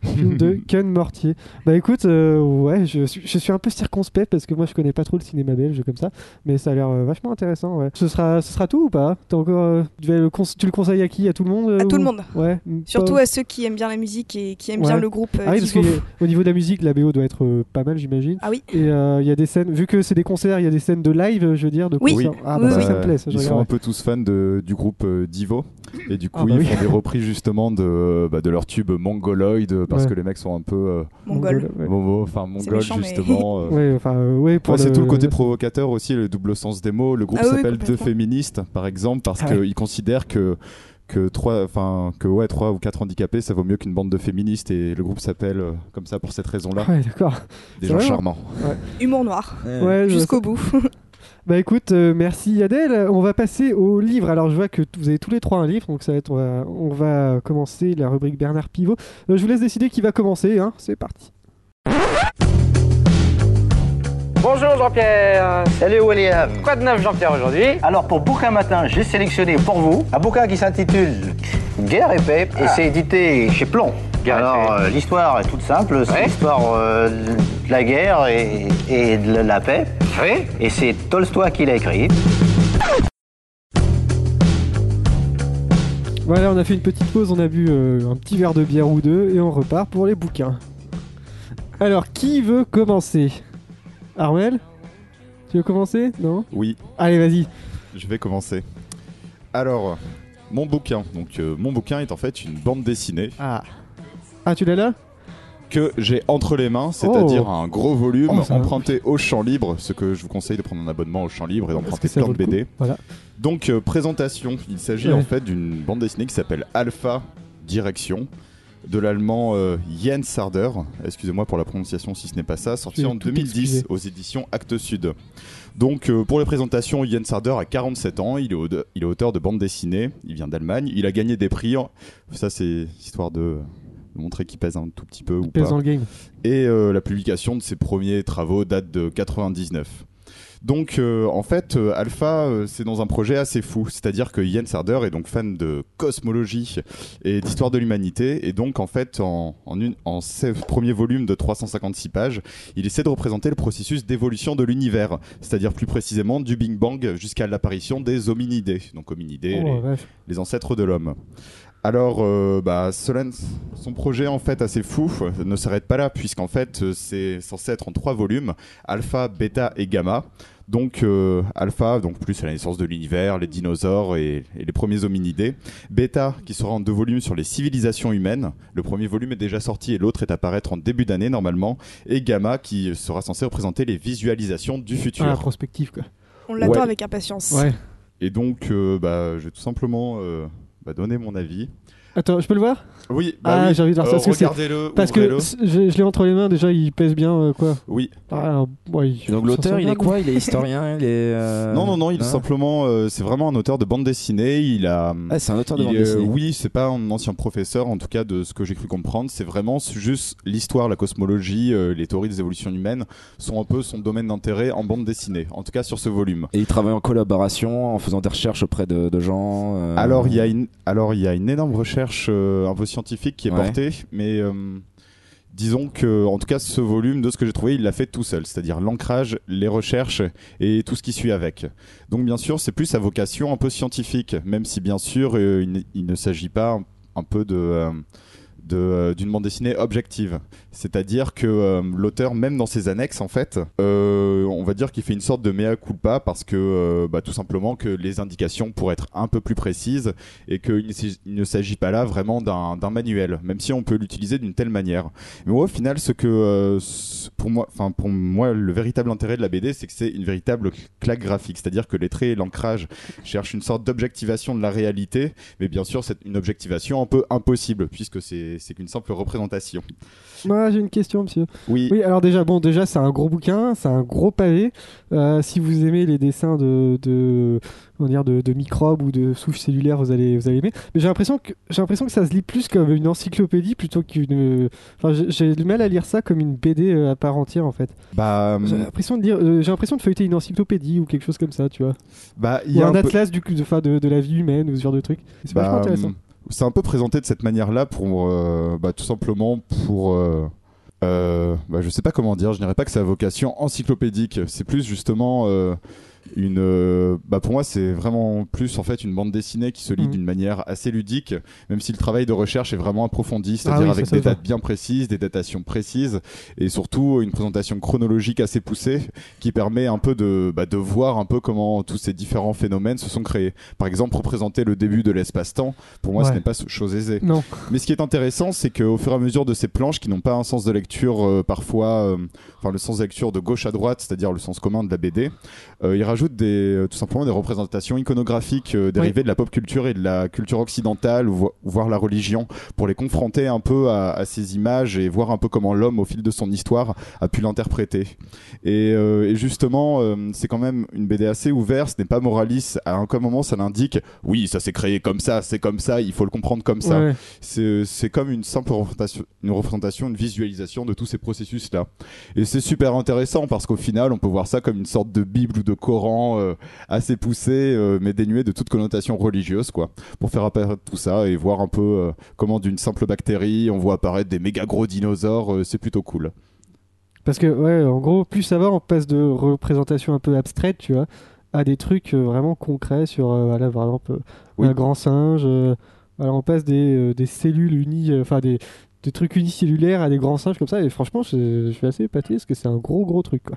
A: film de Ken Mortier. Bah écoute, euh, ouais, je, suis- je suis un peu circonspect parce que moi je connais pas trop le cinéma belge comme ça, mais ça a l'air euh, vachement intéressant. Ouais. Ce sera, ce sera tout ou pas T'as encore, euh, tu, vas le cons- tu le conseilles à qui À tout le monde euh,
B: À tout
A: ou-
B: le monde.
A: Ouais.
B: Surtout
A: pas-
B: à ceux qui aiment bien la musique et qui aiment bien
A: Ouais.
B: le groupe. euh,
A: Ah oui,
B: qui
A: parce qu'au
B: vaut-
A: niveau de la musique, la BO doit être euh, pas mal, j'imagine.
B: Ah oui.
A: Et euh, il y a des scènes, vu que c'est des concerts, il y a des scènes de live, euh, je veux dire, de
B: Oui.
A: concerts. Ah
B: Oui,
A: bah
B: oui.
A: ça me plaît, ça, je
C: ils sont
A: regarde.
C: un peu tous fans de- du groupe euh, Divo et du coup
A: Ah bah
C: ils
A: oui.
C: font des reprises justement de, bah, de leur tube mongoloid parce
A: Ouais.
C: que les mecs sont un peu
B: Mongol.
A: Ouais,
C: euh, momo, enfin
B: C'est
C: mongols
B: méchant, mais-
C: justement. euh.
A: Ouais, enfin, euh, ouais, pour
C: Ouais, c'est
A: le-
C: tout le côté provocateur aussi, le double sens des mots. Le groupe
B: Ah oui,
C: s'appelle Deux
B: complètement.
C: Féministes, par exemple, parce
A: Ah
C: qu'ils considèrent que que trois, enfin que ouais, trois ou quatre handicapés, ça vaut mieux qu'une bande de féministes et le groupe s'appelle euh, comme ça pour cette raison-là.
A: Ah Ouais, d'accord. C'est
D: Des gens
A: vrai, hein.
D: charmants.
B: Humour noir.
A: Ouais, je-
B: Jusqu'au bout.
A: Bah écoute, euh, merci Adèle. On va passer au livre. Alors je vois que t- vous avez tous les trois un livre, donc ça va être, on va, on va commencer la rubrique Bernard Pivot. Euh, je vous laisse décider qui va commencer. Hein. C'est parti.
F: Bonjour Jean-Pierre
G: Salut William
F: Quoi de neuf Jean-Pierre aujourd'hui
G: Alors pour Bouquin Matin, j'ai sélectionné pour vous un bouquin qui s'intitule Guerre et paix et c'est édité chez Plomb.
F: Ah. Guerre et
G: Alors
F: paix.
G: euh, l'histoire est toute simple, c'est
F: Ouais.
G: l'histoire euh, de la guerre et, et de la paix.
F: Oui
G: Et c'est Tolstoy qui l'a écrit.
A: Voilà, on a fait une petite pause, on a bu euh, un petit verre de bière ou deux et on repart pour les bouquins. Alors qui veut commencer Armel Tu veux commencer Non
C: Oui,
A: Allez, vas-y.
C: je vais commencer. Alors, mon bouquin. Donc, euh, mon bouquin est en fait une bande dessinée
A: Ah. Ah, tu l'as là
C: que j'ai entre les mains, c'est-à-dire
A: Oh.
C: un gros volume
A: Oh, ça va.
C: emprunté au champ libre, ce que je vous conseille de prendre un abonnement au champ libre et
A: Parce que
C: d'emprunter
A: ça
C: plein
A: vaut
C: de
A: le coup.
C: BD.
A: Voilà.
C: Donc euh, présentation, il s'agit
A: Ouais.
C: en fait d'une bande dessinée qui s'appelle Alpha Direction de l'allemand euh, Jens Sarder, excusez-moi pour la prononciation si ce n'est pas ça, sorti
A: Tu es
C: en
A: tout
C: 2010
A: excusé.
C: aux éditions Actes Sud. Donc euh, pour les présentations, Jens Sarder a 47 ans, il est, au- il est auteur de bande dessinée, il vient d'Allemagne, il a gagné des prix, en- ça c'est histoire de de montrer qu'il pèse un tout petit peu ou
A: Pèse
C: pas
A: dans le game.
C: et euh, la publication de ses premiers travaux date de 99. Donc euh, en fait, euh, Alpha, euh, c'est dans un projet assez fou. C'est-à-dire que Jens Harder est donc fan de cosmologie et d'histoire de l'humanité. Et donc en fait, en, en, une, en ce premier volume de 356 pages, il essaie de représenter le processus d'évolution de l'univers. C'est-à-dire plus précisément du Big Bang jusqu'à l'apparition des hominidés. Donc hominidés, les-
A: Oh, bref.
C: les ancêtres de l'homme. Alors, euh, bah, Solène, son projet en fait assez fou euh, ne s'arrête pas là, puisqu'en fait euh, c'est censé être en trois volumes, alpha, bêta et gamma. Donc euh, alpha, donc plus à la naissance de l'univers, les dinosaures et, et les premiers hominidés. Bêta, qui sera en deux volumes sur les civilisations humaines. Le premier volume est déjà sorti et l'autre est à paraître en début d'année normalement. Et gamma, qui sera censé représenter les visualisations du futur.
A: Ah, prospective quoi.
B: On l'attend
C: Ouais.
B: avec impatience.
A: Ouais.
C: Et donc, euh, bah, je vais tout simplement euh, bah, donner mon avis.
A: Attends, je peux le voir
C: Oui,
A: Ah,
C: bah oui.
A: j'ai envie de voir ça,
C: Euh,
A: parce que c'est-
C: Regardez-le,
A: Parce
C: ouvrez-le.
A: que c- je, je l'ai entre les mains déjà, il pèse bien euh, quoi.
C: Oui.
A: Ah, ouais, il-
D: Donc l'auteur,
A: 500
D: il est
A: grammes.
D: quoi Il est historien Il est. euh,
C: non, non, non, il est simplement. euh, c'est vraiment un auteur de bande dessinée. Il a.
D: Ah, c'est un auteur de
C: il
D: bande
C: est,
D: dessinée.
C: euh, oui, c'est pas un ancien professeur, en tout cas de ce que j'ai cru comprendre. C'est vraiment s- juste l'histoire, la cosmologie, euh, les théories des évolutions humaines sont un peu son domaine d'intérêt en bande dessinée, en tout cas sur ce volume.
D: Et il travaille en collaboration, en faisant des recherches auprès de, de gens. euh,
C: Alors il y a une, alors il y a une énorme recherche euh, un peu scientifique qui est
D: Ouais.
C: portée, mais euh, disons que, en tout cas, ce volume, de ce que j'ai trouvé, il l'a fait tout seul, c'est-à-dire l'ancrage, les recherches et tout ce qui suit avec. Donc bien sûr, c'est plus sa vocation un peu scientifique, même si bien sûr euh, il, n- il ne s'agit pas un, un peu de euh, de, euh, d'une bande dessinée objective. C'est-à-dire que euh, l'auteur, même dans ses annexes, en fait, euh, on va dire qu'il fait une sorte de mea culpa parce que euh, bah, tout simplement que les indications pourraient être un peu plus précises et qu'il ne s'agit- il ne s'agit pas là vraiment d'un d'un manuel, même si on peut l'utiliser d'une telle manière. Mais moi, au final, ce que euh, ce- pour moi, enfin pour moi, le véritable intérêt de la BD, c'est que c'est une véritable cl- claque graphique, c'est-à-dire que les traits et l'ancrage cherchent une sorte d'objectivation de la réalité, mais bien sûr, c'est une objectivation un peu impossible puisque c'est c'est qu'une simple représentation.
A: Moi j'ai une question monsieur.
C: Oui.
A: Oui, alors déjà, bon, déjà, c'est un gros bouquin, c'est un gros pavé. Euh, si vous aimez les dessins de, de, comment dire, de, de microbes ou de souches cellulaires, vous allez, vous allez aimer. Mais j'ai l'impression que j'ai l'impression que ça se lit plus comme une encyclopédie plutôt qu'une. Enfin, j'ai- j'ai du mal à lire ça comme une BD euh, à part entière en fait.
C: Bah,
A: J'ai l'impression de lire, euh, j'ai l'impression de feuilleter une encyclopédie ou quelque chose comme ça, tu vois.
C: bah, il y
A: Ou
C: a
A: un,
C: un peu-
A: atlas du, de, enfin, de, de la vie humaine ou ce genre de truc. C'est
C: Bah,
A: vachement intéressant.
C: hum, C'est un peu présenté de cette manière-là pour, euh, bah, tout simplement pour. euh, euh, bah, je sais pas comment dire, je dirais pas que c'est à vocation encyclopédique. C'est plus justement euh, une. euh, bah, pour moi, c'est vraiment plus en fait une bande dessinée qui se lit
A: Mhm.
C: d'une manière assez ludique, même si le travail de recherche est vraiment approfondi,
A: Ah
C: c'est-à-dire
A: oui, ça,
C: avec
A: ça
C: des
A: se voit.
C: dates bien précises, des datations précises, et surtout une présentation chronologique assez poussée qui permet un peu de, bah, de voir un peu comment tous ces différents phénomènes se sont créés. Par exemple, représenter le début de l'espace-temps, pour moi, ce
A: Ouais.
C: n'est pas chose aisée.
A: Non,
C: Mais ce qui est intéressant, c'est qu'au fur et à mesure de ces planches qui n'ont pas un sens de lecture euh, parfois, euh, enfin le sens de lecture de gauche à droite, c'est-à-dire le sens commun de la BD, euh, il rajoute des, euh, tout simplement des représentations iconographiques euh, dérivées de la pop culture et de la culture occidentale, ou vo- voire la religion, pour les confronter un peu à, à ces images et voir un peu comment l'homme, au fil de son histoire, a pu l'interpréter. Et, euh, et justement, euh, c'est quand même une BD assez ouverte, ce n'est pas moraliste. À aucun moment, ça l'indique, oui, ça s'est créé comme ça, c'est comme ça, il faut le comprendre comme ça
A: Ouais.
C: c'est c'est comme une simple représentation une, représentation, une visualisation de tous ces processus là et c'est super intéressant parce qu'au final on peut voir ça comme une sorte de bible ou de coran euh, assez poussé euh, mais dénué de toute connotation religieuse quoi pour faire apparaître tout ça et voir un peu euh, comment d'une simple bactérie on voit apparaître des méga gros dinosaures euh, c'est plutôt cool
A: Parce que, ouais, en gros, plus ça va, on passe de représentations un peu abstraites, tu vois, à des trucs euh, vraiment concrets sur, euh, voilà, par exemple, euh,
C: Oui.
A: un grand singe. euh, voilà, on passe des, euh, des cellules unies, euh, enfin, des, des trucs unicellulaires à des grands singes comme ça. Et franchement, je, je suis assez épaté parce que c'est un gros, gros truc, quoi.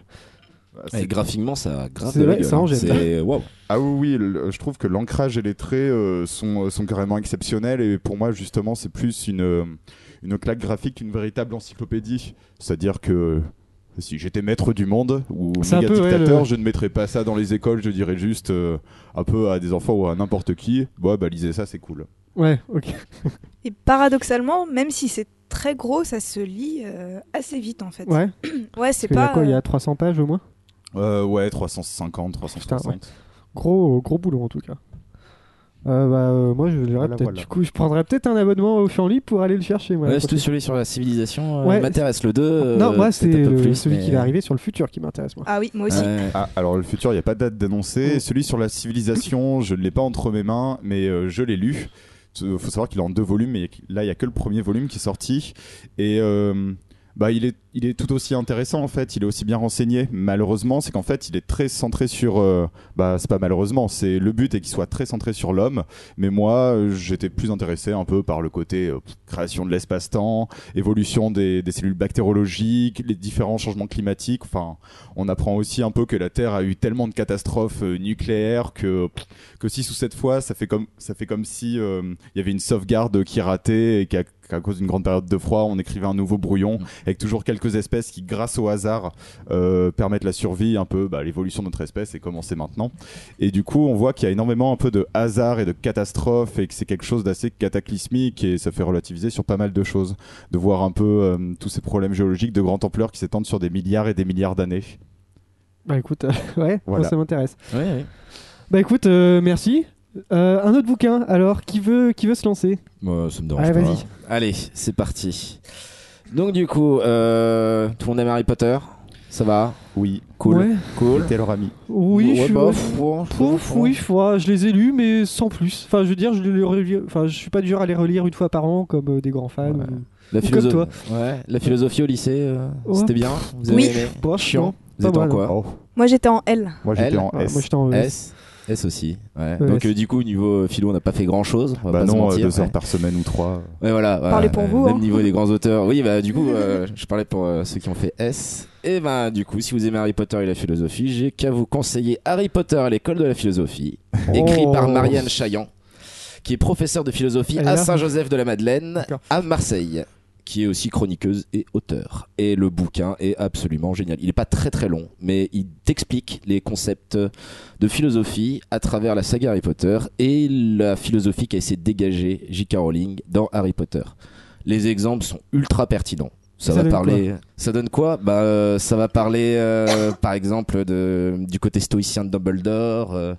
D: Et graphiquement, ça grave
A: C'est
D: de la
A: vrai,
D: gueule,
A: ça
D: hein.
A: en jette.
D: C'est waouh.
C: Ah oui, oui, le- je trouve que l'ancrage et les traits euh, sont, euh, sont carrément exceptionnels et pour moi justement c'est plus une, euh, une claque graphique qu'une véritable encyclopédie. C'est-à-dire que euh, si j'étais maître du monde ou
A: Ah, C'est un
C: méga
A: peu, ouais,
C: dictateur,
A: le-
C: je ne mettrais pas ça dans les écoles, je dirais juste euh, un peu à des enfants ou à n'importe qui, bah, bah lisez ça c'est cool.
A: Ouais, ok.
B: Et paradoxalement, même si c'est très gros, ça se lit euh, assez vite en fait.
A: Ouais.
B: Ouais, c'est
A: Il y a
B: pas.
A: quoi Il y
B: euh,
A: a 300 pages au moins
C: Euh, ouais, 350, 360.
A: Gros, gros boulot, en tout cas. Euh, bah, euh, moi, je verrai
C: Voilà,
A: peut-être.
C: voilà.
A: Du coup, je prendrais peut-être un abonnement au Fianli pour aller le chercher. Moi,
D: Ouais,
A: la
D: c'est tout
A: prochaine
D: celui sur la civilisation euh,
A: Ouais,
D: m'intéresse. Le 2. euh,
A: non, moi, c'est
D: peut-être un peu
A: le-
D: plus,
A: celui
D: mais-
A: qui va arriver sur le futur qui m'intéresse, moi.
B: Ah oui, moi aussi.
D: Ouais.
C: Ah, alors le futur, il n'y a pas de date d'annoncé. Celui sur la civilisation, je ne l'ai pas entre mes mains, mais euh, je l'ai lu. Il faut savoir qu'il est en deux volumes, et là, il n'y a que le premier volume qui est sorti. Et euh, bah, il, est, il est tout aussi intéressant, en fait. Il est aussi bien renseigné. Malheureusement, c'est qu'en fait, il est très centré sur... euh, bah, c'est pas malheureusement, c'est le but est qu'il soit très centré sur l'homme. Mais moi, euh, j'étais plus intéressé un peu par le côté euh, création de l'espace-temps, évolution des, des cellules bactérologiques, les différents changements climatiques, enfin... On apprend aussi un peu que la Terre a eu tellement de catastrophes euh, nucléaires que, pff, que 6 ou 7 fois, ça fait comme, ça fait comme si euh, il y avait une sauvegarde qui ratait et qu'à qu'à cause d'une grande période de froid, on écrivait un nouveau brouillon avec toujours quelques espèces qui, grâce au hasard, euh, permettent la survie, un peu bah, l'évolution de notre espèce et comment c'est maintenant. Et du coup, on voit qu'il y a énormément un peu de hasard et de catastrophes et que c'est quelque chose d'assez cataclysmique et ça fait relativiser sur pas mal de choses. De voir un peu euh, tous ces problèmes géologiques de grande ampleur qui s'étendent sur des milliards et des milliards d'années.
A: Bah, écoute, ouais,
C: Voilà.
A: ça m'intéresse.
D: Ouais, ouais.
A: Bah, écoute, euh, merci. Euh, un autre bouquin, alors, qui veut, qui veut se lancer
D: Moi, ça me dérange
A: Allez,
D: pas.
A: vas-y.
D: Allez, c'est parti. Donc, du coup, euh, tout le monde aime Harry Potter Ça va
C: Oui,
D: Cool.
A: Ouais.
D: Cool.
C: T'es leur ami.
A: Oui,
D: Ouais,
A: je suis.
D: bah,
A: ouais.
D: pff, ouais,
A: Pouf,
D: ouais.
A: oui, ouais, je les ai lus, mais sans plus. Enfin, je veux dire, je les relis- Enfin, je suis pas dur à les relire une fois par an comme euh, des grands fans.
D: Ouais.
A: ou-
D: La,
A: Ou
D: philosoph-
A: comme
D: Ouais, la philosophie au lycée, euh,
A: Ouais.
D: c'était bien Vous avez
B: Oui.
D: aimé
A: Bon,
D: Chiant.
A: non.
D: Vous êtes
A: Pas
D: en
A: mal.
D: quoi
C: Oh,
B: Moi j'étais en L.
C: moi j'étais
D: Elle
C: en
A: Ouais,
C: S.
A: Ah, moi, je t'en veux.
D: S S aussi. Ouais.
A: Ouais,
D: Donc,
A: S.
D: euh, du coup, au niveau euh, philo, on n'a pas fait grand chose. On va
C: bah
D: pas se
C: non, euh,
D: mentir.
C: deux
D: Ouais.
C: heures par semaine ou trois.
D: Ouais, voilà, voilà.
B: Parlez pour
D: Euh,
B: vous,
D: Même
B: hein.
D: niveau des grands auteurs. Oui, bah du coup, euh, je parlais pour euh, ceux qui ont fait S. Et ben du coup, si vous aimez Harry Potter et la philosophie, j'ai qu'à vous conseiller Harry Potter à l'école de la philosophie, écrit
A: Oh.
D: par Marianne Chaillan, qui est professeure de philosophie
A: Elle est
D: à
A: là.
D: Saint-Joseph-de-la-Madeleine,
A: D'accord.
D: à Marseille qui est aussi chroniqueuse et auteur. Et le bouquin est absolument génial. Il n'est pas très très long, mais il t'explique les concepts de philosophie à travers la saga Harry Potter et la philosophie qu'a essayé de dégager J.K. Rowling dans Harry Potter. Les exemples sont ultra pertinents. Ça,
A: Ça
D: va
A: donne
D: parler. Ça donne quoi Bah, euh, ça va parler, euh, par exemple, de, du côté stoïcien de Dumbledore. euh,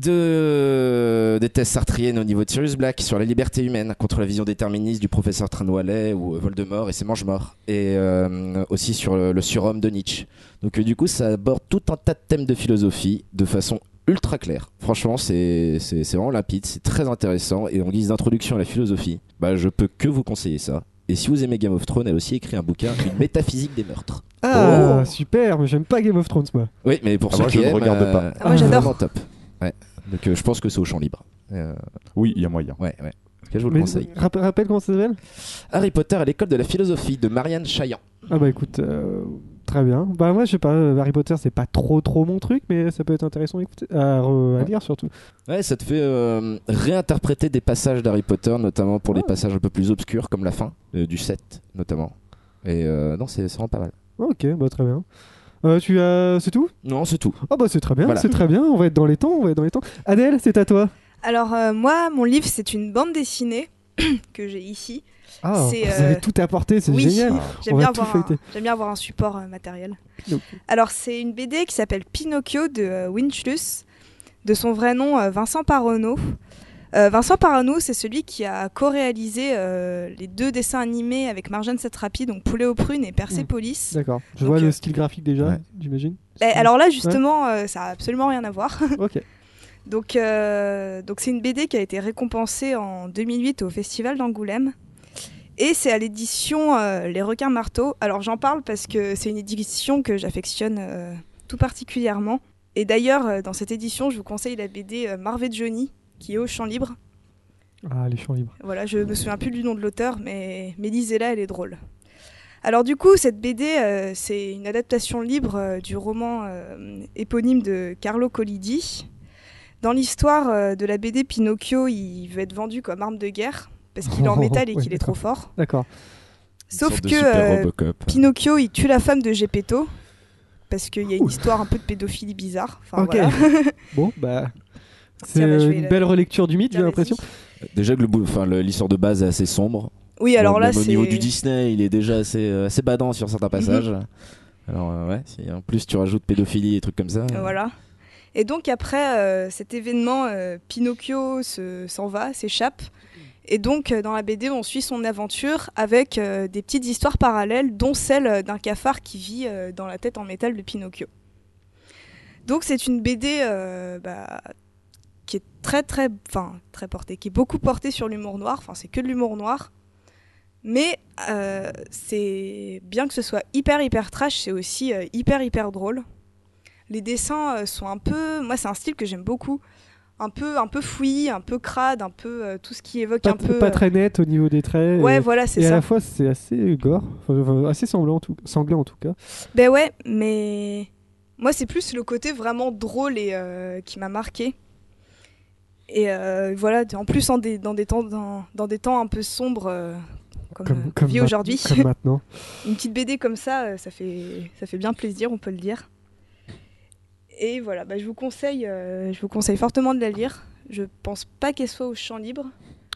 D: de, des thèses sartriennes au niveau de Sirius Black sur la liberté humaine contre la vision déterministe du professeur Tranwallet ou euh, Voldemort et ses mange-morts et euh, aussi sur le, le surhomme de Nietzsche. Donc euh, du coup ça aborde tout un tas de thèmes de philosophie de façon ultra claire. Franchement c'est c'est- c'est vraiment limpide, c'est très intéressant et en guise d'introduction à la philosophie, bah, je peux que vous conseiller ça. Et si vous aimez Game of Thrones, elle a aussi écrit un bouquin, Une métaphysique des meurtres.
A: Ah,
D: Oh.
A: super, mais j'aime pas Game of Thrones, moi.
D: Oui, mais pour
C: Ah,
D: ceux
C: moi,
D: qui
C: je ne
D: aiment,
C: regarde
D: euh,
B: Ah, moi, j'adore.
D: vraiment top. Ouais. Donc euh, je pense que c'est au champ libre. Euh,
C: Oui, il y a moyen.
D: Ouais, ouais. En tout cas, je vous le
A: Mais-
D: conseille.
A: rappe- rappelle comment ça s'appelle
D: Harry Potter à l'école de la philosophie de Marianne Chaillan.
A: Ah bah écoute, euh, très bien. Bah moi je sais pas, euh, Harry Potter c'est pas trop trop mon truc, mais ça peut être intéressant à, écouter- à re- à
D: Ouais.
A: lire surtout.
D: Ouais, ça te fait euh, réinterpréter des passages d'Harry Potter, notamment pour les passages un peu plus obscurs, comme la fin euh, du 7, notamment. Et euh, non, c'est c'est vraiment pas mal.
A: Ok, bah très bien. Euh, tu as... C'est tout
D: Non, c'est tout.
A: Ah bah c'est très bien,
D: Voilà.
A: c'est très bien, on va être dans les temps, on va être dans les temps. Adèle, c'est à toi.
B: Alors euh, moi, mon livre c'est une bande dessinée que j'ai ici.
A: Ah,
B: C'est,
A: vous
B: euh,
A: avez tout apporté, c'est
B: oui.
A: génial. On
C: Ah.
B: J'aime
A: va
B: bien,
A: tout
B: avoir un-
A: feuilleter.
B: j'aime bien avoir un support euh, matériel.
A: Donc.
B: Alors c'est une BD qui s'appelle Pinocchio de euh, Winchlus, de son vrai nom euh, Vincent Parono. Euh, Vincent Parano, c'est celui qui a co-réalisé euh, les deux dessins animés avec Marjane Satrapi, donc Poulet aux prunes et Persepolis.
A: D'accord, je
B: Donc,
A: vois le
B: euh,
A: style graphique déjà,
D: ouais.
A: j'imagine.
B: Eh, alors là, justement, euh, ça a absolument rien à voir.
A: Ok.
B: Donc, euh, donc c'est une BD qui a été récompensée en 2008 au Festival d'Angoulême. Et c'est à l'édition euh, Les requins marteaux. Alors j'en parle parce que c'est une édition que j'affectionne euh, tout particulièrement. Et d'ailleurs, euh, dans cette édition, je vous conseille la BD euh, Marvet Johnny, qui est au champ libre.
A: Ah, les champs libres.
B: Voilà, je me souviens plus du nom de l'auteur, mais, mais lisez-la, elle est drôle. Alors du coup, cette BD, euh, c'est une adaptation libre euh, du roman euh, éponyme de Carlo Collidi. Dans l'histoire euh, de la BD, Pinocchio, il veut être vendu comme arme de guerre parce qu'il est en métal et
A: Oui,
B: qu'il est trop fort.
A: D'accord.
D: Une
B: Sauf
D: sorte de
B: que
D: super
B: euh,
D: Robocop.
B: Pinocchio, il tue la femme de Geppetto parce qu'il y a une histoire un peu de pédophilie bizarre. Enfin,
A: Ok.
B: voilà.
A: Bon, bah... C'est
B: Tiens, bah, je
A: euh,
B: vais
A: une
B: la-
A: belle relecture du mythe, j'ai
B: Tiens,
A: l'impression.
B: vas-y.
D: Déjà que le bou- enfin, le- l'histoire de base est assez sombre.
B: Oui, alors
D: Même
B: là,
D: au niveau
B: c'est Mhm.
D: du Disney, il est déjà assez, euh, assez badant sur certains passages. Alors euh, ouais, si en plus tu rajoutes pédophilie et trucs comme ça. euh,
B: Voilà. Et donc après euh, cet événement, euh, Pinocchio se- s'en va, s'échappe. Et donc euh, dans la BD, on suit son aventure avec euh, des petites histoires parallèles, dont celle euh, d'un cafard qui vit euh, dans la tête en métal de Pinocchio. Donc c'est une BD euh, bah, qui est très très, enfin très portée, qui est beaucoup portée sur l'humour noir. Enfin c'est que de l'humour noir. Mais euh, c'est bien que ce soit hyper hyper trash, c'est aussi euh, hyper hyper drôle. Les dessins euh, sont un peu, moi c'est un style que j'aime beaucoup, un peu un peu fouillis, un peu crade, un peu euh, tout ce qui évoque
A: Pas,
B: un peu. euh,
A: pas très net au niveau des traits.
B: Ouais
A: et-
B: voilà c'est
A: et à
B: ça.
A: la fois, c'est assez gore, enfin, enfin, assez sanglant en, tout, sanglant en tout cas.
B: Ben ouais, mais moi c'est plus le côté vraiment drôle et euh, qui m'a marqué. Et euh, voilà, en plus en des- dans des temps dans, dans des temps un peu sombres euh, comme, euh, qu'on vit
A: ma-
B: aujourd'hui,
A: comme maintenant.
B: une petite BD comme ça, euh, ça fait ça fait bien plaisir, on peut le dire. Et voilà, bah, je vous conseille euh, je vous conseille fortement de la lire. Je pense pas qu'elle soit au champ libre,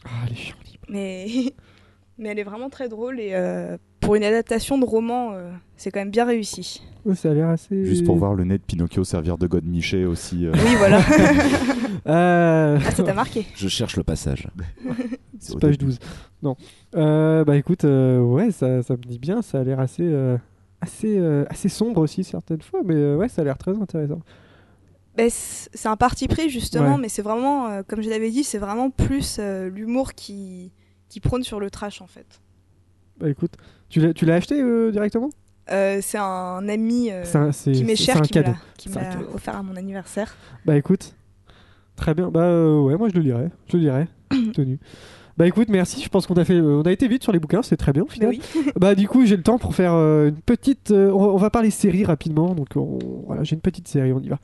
A: Ah, les chiens libres.
B: mais mais elle est vraiment très drôle et euh, pour une adaptation de roman, euh, c'est quand même bien réussi.
A: Ouais, Ça a l'air assez.
C: Juste pour voir le nez de Pinocchio servir de God Miché aussi. euh,
B: Oui, voilà.
A: Euh,
B: Ah, ça t'a marqué
D: Je cherche le passage.
C: au
A: page
C: début.
A: 12. Non. Euh, bah écoute, euh, ouais, ça, ça me dit bien, ça a l'air assez, euh, assez, euh, assez sombre aussi certaines fois, mais euh, ouais, ça a l'air très intéressant.
B: Ben, c- c'est un parti pris justement,
A: Ouais.
B: mais c'est vraiment, euh, comme je l'avais dit, c'est vraiment plus euh, l'humour qui, qui prône sur le trash en fait.
A: Bah écoute, tu l'as, tu l'as acheté euh, directement
B: Euh, c'est un ami euh,
A: C'est un- c'est-
B: qui m'est
A: c'est-
B: cher
A: c'est un
B: qui me
A: cadeau.
B: l'a- qui
A: C'est
B: me
A: un
B: l'a
A: cadeau.
B: offert à mon anniversaire.
A: Bah écoute, très bien. Bah euh, ouais, moi je le lirai, je le lirai, tenu. Bah écoute, merci. Je pense qu'on a fait, euh, on a été vite sur les bouquins, c'est très bien au
B: Ben
A: final.
B: oui.
A: Bah du coup j'ai le temps pour faire euh, une petite. euh, on on va parler série rapidement, donc on- voilà j'ai une petite série, on y va.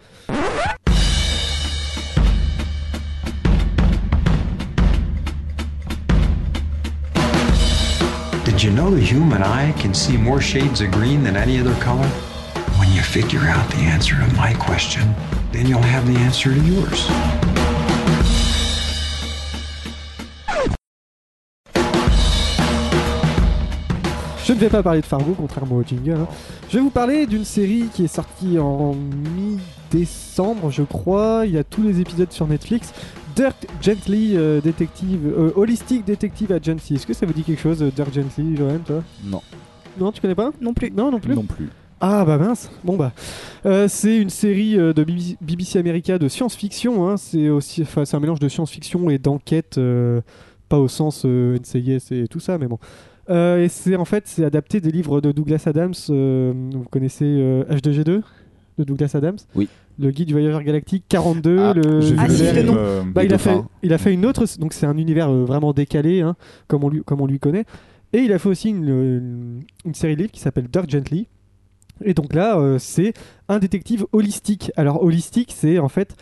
H: Did you know the human eye can see more shades of green than any other color? When you figure out the answer to my question, then you'll have the answer to yours.
A: Je ne vais pas parler de Fargo, contrairement au jingle. hein. Je vais vous parler d'une série qui est sortie en mi-décembre, je crois. Il y a tous les épisodes sur Netflix. Dirk Gently, euh, détective, euh, holistic detective agency. Est-ce que ça vous dit quelque chose, euh, Dirk Gently, Johan, toi
C: Non.
A: Non, tu connais pas
B: Non plus.
A: Non, non plus.
C: Non plus.
A: Ah bah mince, bon bah. Euh, c'est une série euh, de BBC BBC America de science-fiction, hein. c'est aussi, enfin, c'est un mélange de science-fiction et d'enquête, euh, pas au sens euh, NCIS et tout ça, mais bon. Euh, et c'est en fait, c'est adapté des livres de Douglas Adams, euh, vous connaissez euh, H2G2 de Douglas Adams
D: Oui.
A: Le guide du voyageur galactique 42, Euh, le...
C: j'ai
A: le
B: Ah,
C: vu
B: si,
A: vert
B: le
A: et-
B: nom.
C: euh,
A: bah,
C: des
A: il, a fait,
C: dauphins.
A: il a fait une autre, donc c'est un univers euh, vraiment décalé, hein, comme, on lui, comme on lui connaît. Et il a fait aussi une, une- une série de livres qui s'appelle Dirk Gently. Et donc là, euh, c'est un détective holistique. Alors holistique, c'est en fait,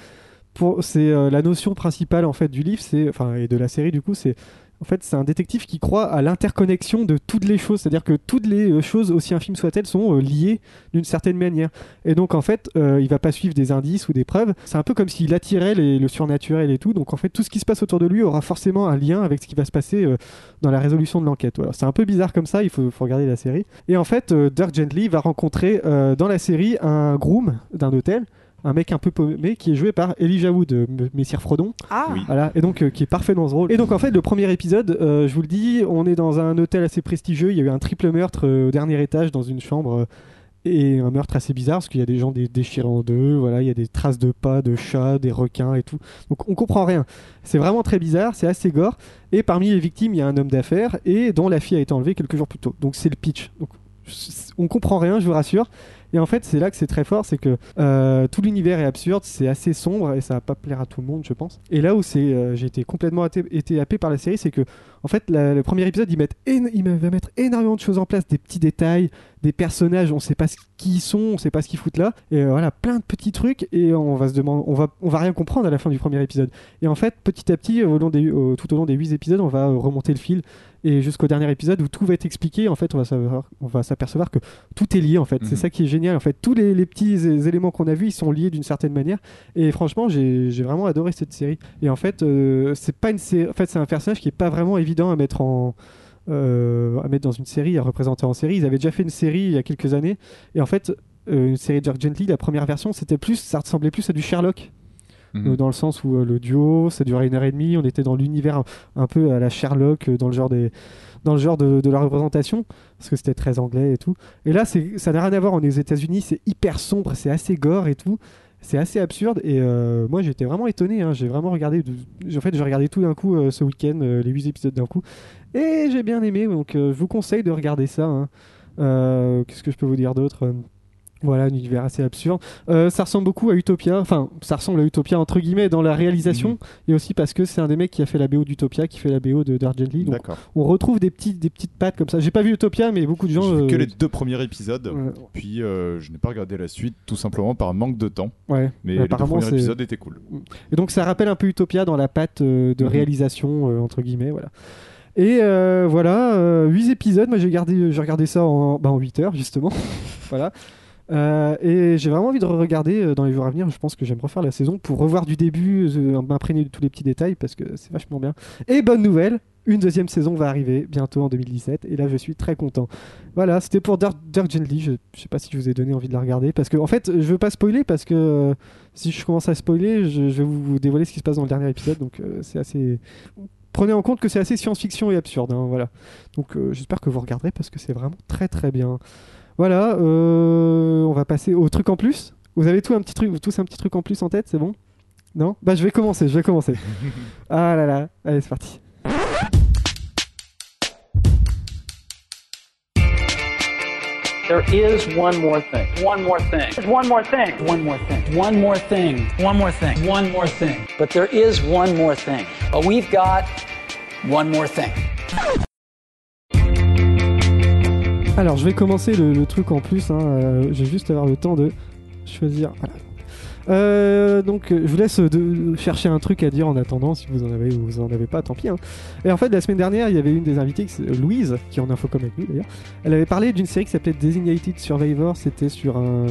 A: pour, c'est euh, la notion principale en fait du livre, c'est enfin et de la série du coup, c'est en fait c'est un détective qui croit à l'interconnexion de toutes les choses, c'est-à-dire que toutes les euh, choses, aussi infimes soient-elles, sont euh, liées d'une certaine manière. Et donc en fait, euh, il va pas suivre des indices ou des preuves. C'est un peu comme s'il attirait les- le surnaturel et tout. Donc en fait, tout ce qui se passe autour de lui aura forcément un lien avec ce qui va se passer euh, dans la résolution de l'enquête. Voilà. C'est un peu bizarre comme ça. Il faut, faut regarder la série. Et en fait, euh, Dirk Gently va rencontrer euh, dans la série un groom d'un hôtel. Un mec un peu paumé qui est joué par Elijah Wood, euh, M- Messire Frodon.
B: Ah,
C: Oui.
A: Voilà, et donc euh, qui est parfait dans ce rôle. Et donc en fait, le premier épisode, euh, je vous le dis, on est dans un hôtel assez prestigieux. Il y a eu un triple meurtre euh, au dernier étage dans une chambre. euh, et un meurtre assez bizarre parce qu'il y a des gens dé- déchirés en deux, voilà, il y a des traces de pas, de chats, des requins et tout. Donc on comprend rien. C'est vraiment très bizarre, c'est assez gore. Et parmi les victimes, il y a un homme d'affaires et dont la fille a été enlevée quelques jours plus tôt. Donc c'est le pitch. Donc c- on comprend rien, je vous rassure. Et en fait, c'est là que c'est très fort, c'est que euh, tout l'univers est absurde, c'est assez sombre et ça va pas plaire à tout le monde, je pense. Et là où c'est, euh, j'ai été complètement athé- été happé par la série, c'est que en fait, la- le premier épisode, ils mettent éno- il va mettre énormément de choses en place, des petits détails, des personnages, on sait pas ce qu'ils sont, on sait pas ce qu'ils foutent là, et euh, voilà, plein de petits trucs, et on va se demander, on va, on va rien comprendre à la fin du premier épisode. Et en fait, petit à petit, au long des, au- tout au long des huit épisodes, on va euh, remonter le fil, et jusqu'au dernier épisode où tout va être expliqué, en fait, on va savoir, on va s'apercevoir que tout est lié, en fait.
C: Mhm.
A: C'est ça qui est génial, en fait. Tous les, les petits é- éléments qu'on a vus, ils sont liés d'une certaine manière, et franchement, j'ai j'ai vraiment adoré cette série. Et en fait, euh, c'est pas une série. En fait, c'est un personnage qui est pas vraiment évident à mettre en euh, à mettre dans une série, à représenter en série. Ils avaient déjà fait une série il y a quelques années, et en fait, euh, une série de Jack Gently, la première version, c'était plus, ça ressemblait plus à du Sherlock.
I: Mhm.
A: Euh, Dans le sens où euh, le duo, ça durait une heure et demie, on était dans l'univers un, un peu à la Sherlock, euh, dans le genre, des, dans le genre de, de la représentation, parce que c'était très anglais et tout. Et là, c'est- ça n'a rien à voir, on est aux États-Unis, c'est hyper sombre, c'est assez gore et tout. C'est assez absurde et euh, moi j'étais vraiment étonné. hein, J'ai vraiment regardé, de- en fait, j'ai regardé tout d'un coup euh, ce week-end, euh, les 8 épisodes d'un coup, et j'ai bien aimé. Donc euh, je vous conseille de regarder ça. hein. Euh, Qu'est-ce que je peux vous dire d'autre Euh, Voilà, un univers assez absurde. Euh, ça ressemble beaucoup à Utopia, enfin, ça ressemble à Utopia entre guillemets dans la réalisation, et aussi parce que c'est un des mecs qui a fait la BO d'Utopia, qui fait la BO de Dark Gently. Donc
C: D'accord.
A: on retrouve des, petits, des petites pattes comme ça. J'ai pas vu Utopia, mais beaucoup de gens.
C: J'ai vu que
A: euh,
C: les deux premiers épisodes,
A: euh,
C: puis euh, je n'ai pas regardé la suite tout simplement par manque de temps.
A: ouais.
C: Mais les deux
A: apparemment,
C: premiers
A: c'est.
C: épisodes étaient cool.
A: Et donc ça rappelle un peu Utopia dans la patte euh, de
C: Mhm.
A: réalisation, euh, entre guillemets, voilà. Et euh, voilà, 8 épisodes, moi j'ai gardé- j'ai regardé ça en, bah, en 8 heures justement. voilà. Euh, et j'ai vraiment envie de regarder dans les jours à venir, je pense que j'aime refaire la saison pour revoir du début, euh, m'imprégner de tous les petits détails parce que c'est vachement bien. Et bonne nouvelle, une deuxième saison va arriver bientôt en 2017 et là je suis très content. Voilà, c'était pour Dirk, Dirk Gently, je, je sais pas si je vous ai donné envie de la regarder parce que en fait je veux pas spoiler parce que euh, si je commence à spoiler, je, je vais vous dévoiler ce qui se passe dans le dernier épisode. Donc euh, c'est assez. Prenez en compte que c'est assez science-fiction et absurde. hein, voilà. Donc euh, j'espère que vous regarderez parce que c'est vraiment très très bien. Voilà. euh, on va passer au truc en plus. Vous avez tout un petit truc, tous un petit truc en plus en tête, c'est bon Non Bah je vais commencer. Je vais commencer. ah là là. Allez, c'est parti.
F: There is one more thing. One more thing. There's one more thing. One more thing. One more thing. One more thing. One more thing. But there is one more thing. But we've got one more thing.
A: Alors, je vais commencer le, le truc en plus. Hein, euh, je vais juste avoir le temps de choisir. Voilà. Euh, donc, euh, je vous laisse euh, de, chercher un truc à dire en attendant. Si vous en avez ou vous en avez pas, tant pis. hein. Et en fait, la semaine dernière, il y avait une des invitées, qui s- Louise, qui est en info comme avec nous d'ailleurs. Elle avait parlé d'une série qui s'appelait Designated Survivor. C'était sur un.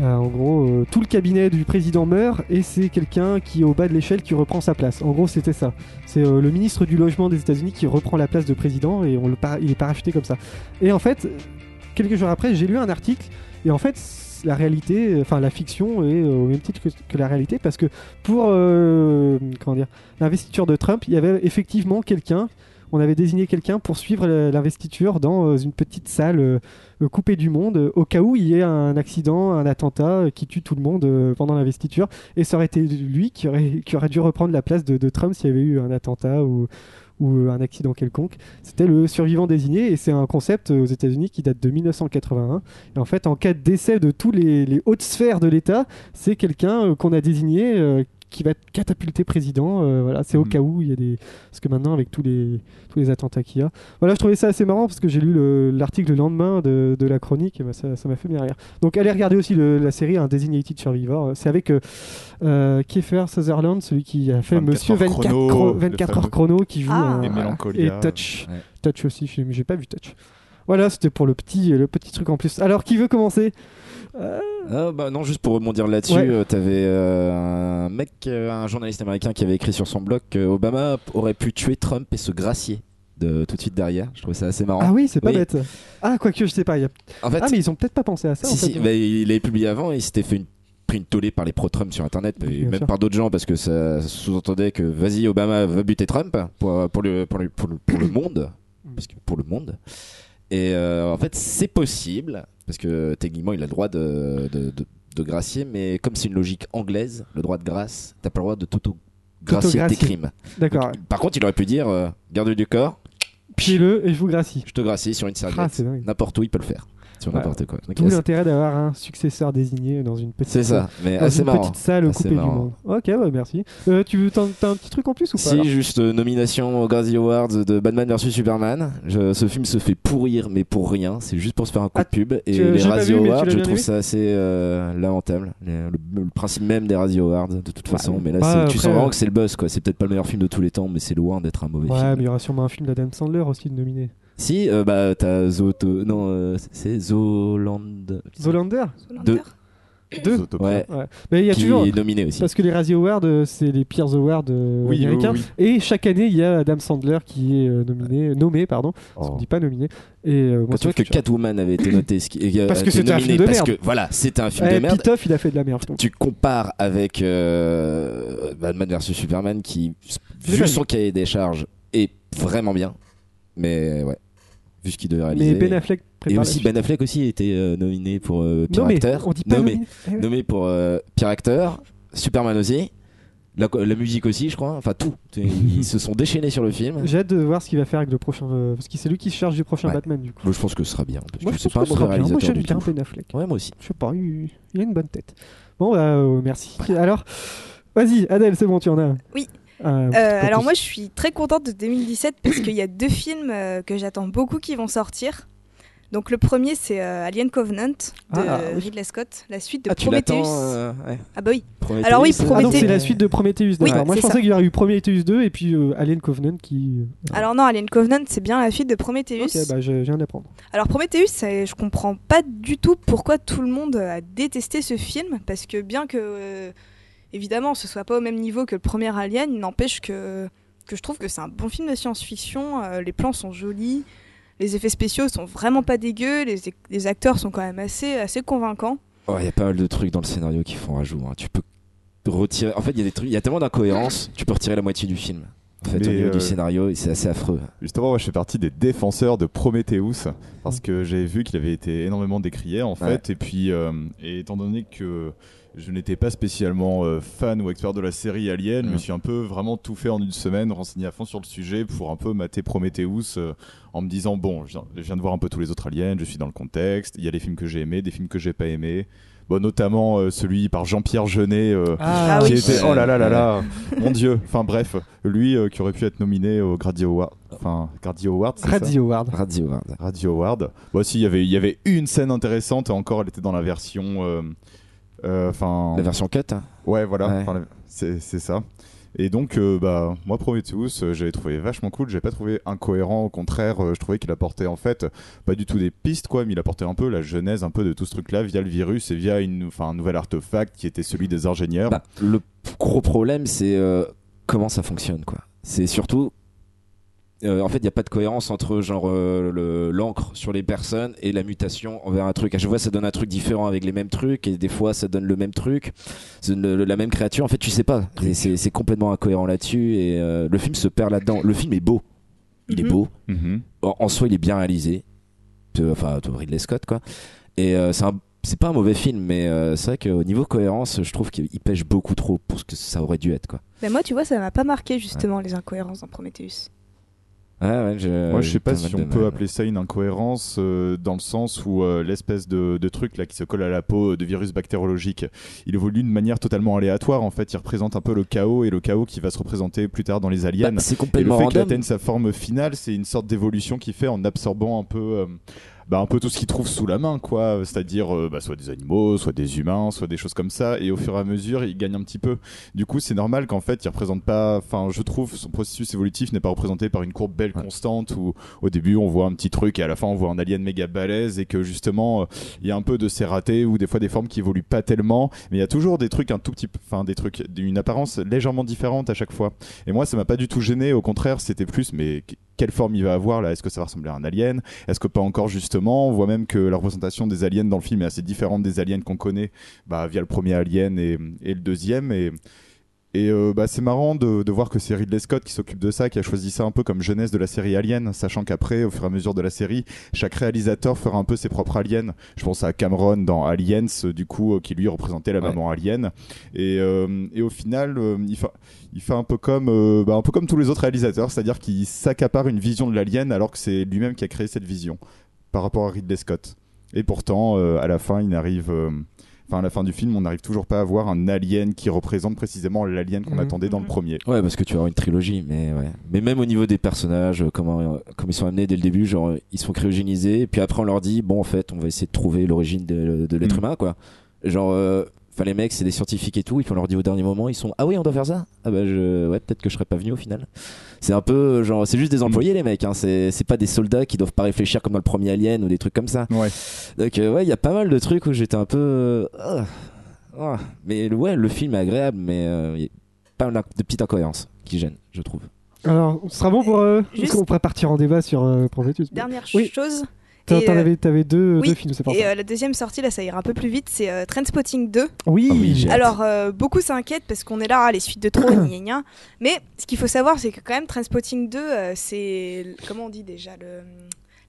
A: euh, en gros, euh, tout le cabinet du président meurt et c'est quelqu'un qui est au bas de l'échelle qui reprend sa place. En gros, c'était ça. C'est euh, le ministre du logement des États-Unis qui reprend la place de président et on le para- il est parachuté comme ça. Et en fait, quelques jours après, j'ai lu un article et en fait, c- la réalité, euh, enfin la fiction est euh, au même titre que, que la réalité parce que pour euh, comment dire l'investiture de Trump, il y avait effectivement quelqu'un. On avait désigné quelqu'un pour suivre la- l'investiture dans euh, une petite salle euh, euh, coupée du monde euh, au cas où il y ait un accident, un attentat euh, qui tue tout le monde euh, pendant l'investiture. Et ça aurait été lui qui aurait, qui aurait dû reprendre la place de, de Trump s'il y avait eu un attentat ou, ou euh, un accident quelconque. C'était le survivant désigné et c'est un concept euh, aux États-Unis qui date de 1981. Et en fait, en cas de décès de tous les, les hautes sphères de l'État, c'est quelqu'un euh, qu'on a désigné euh, qui va être catapulté président. Euh, voilà, c'est au
C: Mhm.
A: cas où il y a des parce que maintenant avec tous les tous les attentats qu'il y a. Voilà, je trouvais ça assez marrant parce que j'ai lu le- l'article le, lendemain de, de la chronique et ben ça ça m'a fait bien rire. Donc allez regarder aussi le- la série un Designated Survivor. C'est avec euh, euh, Kiefer Sutherland, celui qui a fait
C: 24
A: Monsieur
C: heures
A: 24,
C: chrono,
A: chrono,
C: le
A: 24
C: fameux.
A: heures chrono qui joue
B: Ah.
A: un-
C: Et
A: voilà.
C: Mélancolia.
A: Et Touch.
D: Ouais.
A: Touch aussi, j'ai j'ai pas vu Touch. Voilà, c'était pour le petit, le petit truc en plus. Alors, qui veut commencer
D: Ah, bah non, juste pour rebondir là-dessus,
A: Ouais.
D: euh, t'avais euh, un mec, euh, un journaliste américain qui avait écrit sur son blog que Obama p- aurait pu tuer Trump et se gracier de, tout de suite derrière. Je trouvais ça assez marrant.
A: Ah oui, c'est pas
D: Oui.
A: bête. Ah, quoique, je sais pas. il y a-
D: En fait,
A: Ah, mais ils ont peut-être pas pensé à ça.
D: si,
A: en fait. hein.
D: si, bah, il l'avait publié avant et il s'était fait une pris une tollée par les pro-Trump sur internet
A: Oui,
D: et
A: bien
D: même
A: sûr.
D: par d'autres gens parce que ça sous-entendait que vas-y Obama va buter Trump pour, pour, le, pour, le, pour, le, pour le monde
A: Mm.
D: parce que pour le monde et euh, en fait c'est possible parce que techniquement il a le droit de, de, de, de gracier mais comme c'est une logique anglaise le droit de grâce t'as pas le droit de t'auto gracier
A: T'auto-gracier.
D: tes crimes
A: D'accord.
D: Donc, par contre il aurait pu dire euh, garde du corps
A: Piez-le et je vous gracie.
D: je te gracie sur une
A: Ah,
D: serviette
A: c'est dingue.
D: n'importe où il peut le faire sur
A: Ouais.
D: n'importe quoi Donc,
A: D'où l'intérêt d'avoir un successeur désigné dans une petite.
D: c'est ça mais
A: Dans
D: assez
A: une
D: marrant
A: Ah, petite salle
D: Assez
A: coupée du
D: marrant.
A: monde. Ok, ouais, merci. Euh, tu veux, t'en- t'as un petit truc en plus ou pas
D: Si,
A: alors
D: juste euh, nomination aux Grazie Awards de Batman vs Superman. Je- ce film se fait pourrir, mais pour rien. C'est juste pour se faire un coup
A: Ah,
D: de pub. Et
A: tu-
D: les
A: j'ai pas
D: Razzie
A: vu, mais tu
D: Awards,
A: l'as
D: je
A: bien
D: trouve
A: aimé
D: ça assez euh, lamentable. Le, le- le principe même des Razzie Awards, de toute façon. mais là,
A: bah,
D: c'est- tu sens
A: après,
D: vraiment que c'est le buzz, quoi. C'est peut-être pas le meilleur film de tous les temps, mais c'est loin d'être un mauvais
A: Ouais,
D: film.
A: mais il y aura sûrement un film d'Adam Sandler aussi de nominé.
D: Si, euh, bah, t'as Zoto. Non, euh, c'est Zoland.
A: Zolander
B: Zoolander
D: Deux.
A: Deux
C: Zootopia.
D: Ouais.
A: Mais il y a
D: Qui
A: toujours.
D: est nominé aussi.
A: Parce que les Razzie Awards, euh, c'est les pires awards euh,
C: Oui, oui,
A: américains.
C: oui.
A: Et chaque année, il y a Adam Sandler qui est euh, nominé, nommé, pardon. Parce
C: Oh.
A: qu'on dit pas nominé. Et euh, moi,
D: Quand tu vois Ah. Oh. que Catwoman avait été noté, ce qui- euh,
A: Parce que
D: été
A: c'était un
D: nominé
A: film de
D: parce
A: merde. Eh,
D: que voilà, c'était un film de merde.
A: Pitoff, il a fait de la merde.
D: Tu compares avec euh, Batman vs Superman qui,
A: l'ai pas
D: vu
A: vu.
D: son cahier des charges, est vraiment bien. Mais ouais, vu ce qu'il devait réaliser.
A: Mais Ben Affleck prépare
D: et
A: la
D: aussi
A: suite.
D: Ben Affleck aussi était euh, nominé pour euh, pire
A: Nommé,
D: acteur.
A: on dit pas
D: nommé,
A: nommé. Eh oui.
D: nommé pour euh, pire acteur, Superman aussi, la, la musique aussi, je crois. Enfin tout. Ils se sont déchaînés sur le film.
A: J'ai hâte de voir ce qu'il va faire avec le prochain. euh, parce que c'est lui qui se charge du prochain
D: Ouais.
A: Batman, du coup.
D: Moi, je pense que ce sera bien. Parce
A: Moi,
D: que
A: je
D: c'est
A: pense
D: pas un
A: que ce
D: mauvais
A: sera bien. Moi,
D: réalisateur
A: j'aime
D: du
A: bien
D: tout.
A: Ben Affleck.
D: Ouais, moi aussi.
A: Je sais pas, il, il a une bonne tête. Bon, bah, euh, merci. Alors, vas-y, Adèle, c'est bon, tu en as un.
B: Oui.
A: Euh,
B: Euh,
A: pas
B: alors
A: tous.
B: moi je suis très contente de 2017 parce qu'il y a deux films euh, que j'attends beaucoup qui vont sortir. Donc le premier c'est euh, Alien Covenant de
A: Ah, oui.
B: Ridley Scott, la suite de
D: Ah, tu l'attends
B: Prometheus.
D: euh, ouais.
B: Ah bah oui.
D: Prometheus,
B: Alors oui,
D: c'est-
A: Ah, donc
B: Prometheus.
A: c'est la suite de Prometheus.
B: Oui,
A: D'accord. Moi, je
B: c'est
A: pensais
B: ça.
A: qu'il y aurait eu Prometheus 2 et puis euh, Alien Covenant qui. euh,
B: Alors non, Alien Covenant c'est bien la suite de Prometheus.
A: Ah. Ok, bah, je je viens d'apprendre.
B: Alors Prometheus, ça, je comprends pas du tout pourquoi tout le monde a détesté ce film, parce que bien que euh, évidemment ce soit pas au même niveau que le premier Alien, il n'empêche que, que je trouve que c'est un bon film de science-fiction, euh, les plans sont jolis, les effets spéciaux sont vraiment pas dégueux, les, les acteurs sont quand même assez, assez convaincants.
D: Ouais, il Oh, y a pas mal de trucs dans le scénario qui font rajout. hein. Tu peux retirer. En fait, il y a des trucs. Il y a tellement d'incohérences. Tu peux retirer la moitié du film. En fait,
C: Mais,
D: au niveau
C: euh,
D: du scénario, et c'est assez affreux.
C: Justement, moi, je fais partie des défenseurs de Prometheus parce que j'ai vu qu'il avait été énormément décrié en fait. Et puis, euh, et étant donné que je n'étais pas spécialement euh, fan ou expert de la série Alien, je me
D: Mhm.
C: suis un peu vraiment tout fait en une semaine, renseigné à fond sur le sujet pour un peu mater Prometheus euh, en me disant bon, je viens, je viens de voir un peu tous les autres aliens, je suis dans le contexte. Il y a des films que j'ai aimés, des films que j'ai pas aimés. Bon, notamment euh, celui par Jean-Pierre Jeunet. euh,
A: Ah,
B: Ah
C: qui
B: oui.
C: était-
D: Ouais.
C: oh là là là là, mon dieu. Enfin bref, lui euh, qui aurait pu être nominé au Grady Award. Enfin, Grady Award, c'est ça
A: Radio Howard.
D: Radio Hard.
C: Radio Award. Bon, si, il y avait- il y avait une scène intéressante, et encore, elle était dans la version. euh, euh, Enfin.
D: La version cut. hein.
C: ouais, voilà.
D: Ouais.
C: Enfin, la- C'est c'est ça. Et donc, euh, bah, moi, Prometheus, euh, j'avais trouvé vachement cool. J'ai pas trouvé incohérent. Au contraire, euh, je trouvais qu'il apportait en fait pas du tout des pistes, quoi, mais il apportait un peu la genèse, un peu de tout ce truc-là via le virus et via une, enfin, un nouvel artefact qui était celui des ingénieurs.
D: Bah, le gros problème, c'est euh, comment ça fonctionne, quoi. C'est surtout. euh, en fait, il n'y a pas de cohérence entre genre euh, le- l'encre sur les personnes et la mutation envers un truc. À chaque fois, ça donne un truc différent avec les mêmes trucs, et des fois, ça donne le même truc, ça donne le- la même créature. En fait, tu sais pas. Et C'est c'est complètement incohérent là-dessus, et euh, le film se perd là-dedans. Le film est beau, il est
B: Mhm.
D: beau,
C: Mhm.
D: en en soi il est bien réalisé De- enfin de Ridley Scott quoi et euh, c'est un- c'est pas un mauvais film mais euh, c'est vrai qu'au niveau cohérence je trouve qu'il pêche beaucoup trop pour ce que ça aurait dû être quoi
B: Ben moi tu vois ça m'a pas marqué justement les incohérences dans Prometheus.
D: Ouais, ouais, je,
C: Moi, je sais pas
D: j'ai
C: si
D: euh, pas mal
C: on
D: de
C: peut
D: mal.
C: appeler ça une incohérence euh, dans le sens où euh, l'espèce de, de truc là qui se colle à la peau euh, de virus bactérologique, il évolue de manière totalement aléatoire. En fait, il représente un peu le chaos et le chaos qui va se représenter plus tard dans les aliens.
D: Bah, c'est
C: et le
D: complètement
C: fait qu'il
D: random
C: atteigne sa forme finale, c'est une sorte d'évolution qu'il fait en absorbant un peu, euh, bah, un peu tout ce qu'il trouve sous la main, quoi. C'est-à-dire, euh, bah, soit des animaux, soit des humains, soit des choses comme ça. Et au fur et à mesure, il gagne un petit peu. Du coup, c'est normal qu'en fait, il représente pas. Enfin, je trouve son processus évolutif n'est pas représenté par une courbe belle
D: Ouais.
C: constante où au début on voit un petit truc et à la fin on voit un alien méga balèze et que justement euh, il y a un peu de ces ratés ou des fois des formes qui évoluent pas tellement. Mais il y a toujours des trucs un tout petit, peu- enfin des trucs d'une apparence légèrement différente à chaque fois. Et moi, ça m'a pas du tout gêné. Au contraire, c'était plus, mais qu- quelle forme il va avoir là Est-ce que ça va ressembler à un alien Est-ce que pas encore justement On voit même que la représentation des aliens dans le film est assez différente des aliens qu'on connaît bah, via le premier Alien et, et le deuxième. Et, et euh, bah, c'est marrant de, de voir que c'est Ridley Scott qui s'occupe de ça, qui a choisi ça un peu comme jeunesse de la série Alien, sachant qu'après, au fur et à mesure de la série, chaque réalisateur fera un peu ses propres aliens. Je pense à Cameron dans Aliens, euh, du coup, euh, qui lui représentait la
D: Ouais.
C: maman alien. Et, euh, et au final, euh, il, fa- il fait un peu comme, euh, bah, un peu comme tous les autres réalisateurs, c'est-à-dire qu'il s'accapare une vision de l'alien alors que c'est lui-même qui a créé cette vision par rapport à Ridley Scott. Et pourtant, euh, à la fin, il n'arrive, euh, enfin à la fin du film, on n'arrive toujours pas à voir un alien qui représente précisément l'alien qu'on
A: Mhm.
C: attendait dans le
B: Mhm.
C: premier.
D: ouais parce que tu vas avoir une trilogie mais ouais mais même au niveau des personnages euh, comment euh, comme ils sont amenés dès le début genre euh, ils sont cryogénisés et puis après on leur dit bon en fait on va essayer de trouver l'origine de, de l'être
C: Mm.
D: humain quoi genre euh, Enfin, les mecs, c'est des scientifiques et tout. Et puis on leur dit au dernier moment, ils sont Ah oui, on doit faire ça Ah bah, je... ouais, peut-être que je serais pas venu au final. C'est un peu euh, genre, c'est
C: Mm.
D: juste des employés, les mecs. Hein. C'est c'est pas des soldats qui doivent pas réfléchir comme dans le premier Alien ou des trucs comme ça.
C: Ouais.
D: Donc, euh, ouais, il y a pas mal de trucs où j'étais un peu. euh, ah. Ah, mais le- ouais, le film est agréable, mais euh, il y a pas mal de petites incohérences qui gênent, je trouve.
A: Alors, ce sera bon pour. euh, Parce
B: Juste-
A: qu'on pourrait partir en débat sur euh, Prometheus.
B: Dernière
A: Oui. hein.
B: chose.
A: T'en
B: et,
A: t'en
B: euh,
A: avais, t'avais deux,
B: oui,
A: deux films, c'est pour
B: Et
A: ça.
B: euh, la deuxième sortie, là, ça ira un peu plus vite, c'est euh, Trainspotting 2.
A: Oui,
D: Ah oui, j'ai-
B: Alors, euh, beaucoup s'inquiètent parce qu'on est là, ah, les suites de trop, gna gna gna. Mais ce qu'il faut savoir, c'est que quand même, Trainspotting 2, euh, c'est. l- Comment on dit déjà le-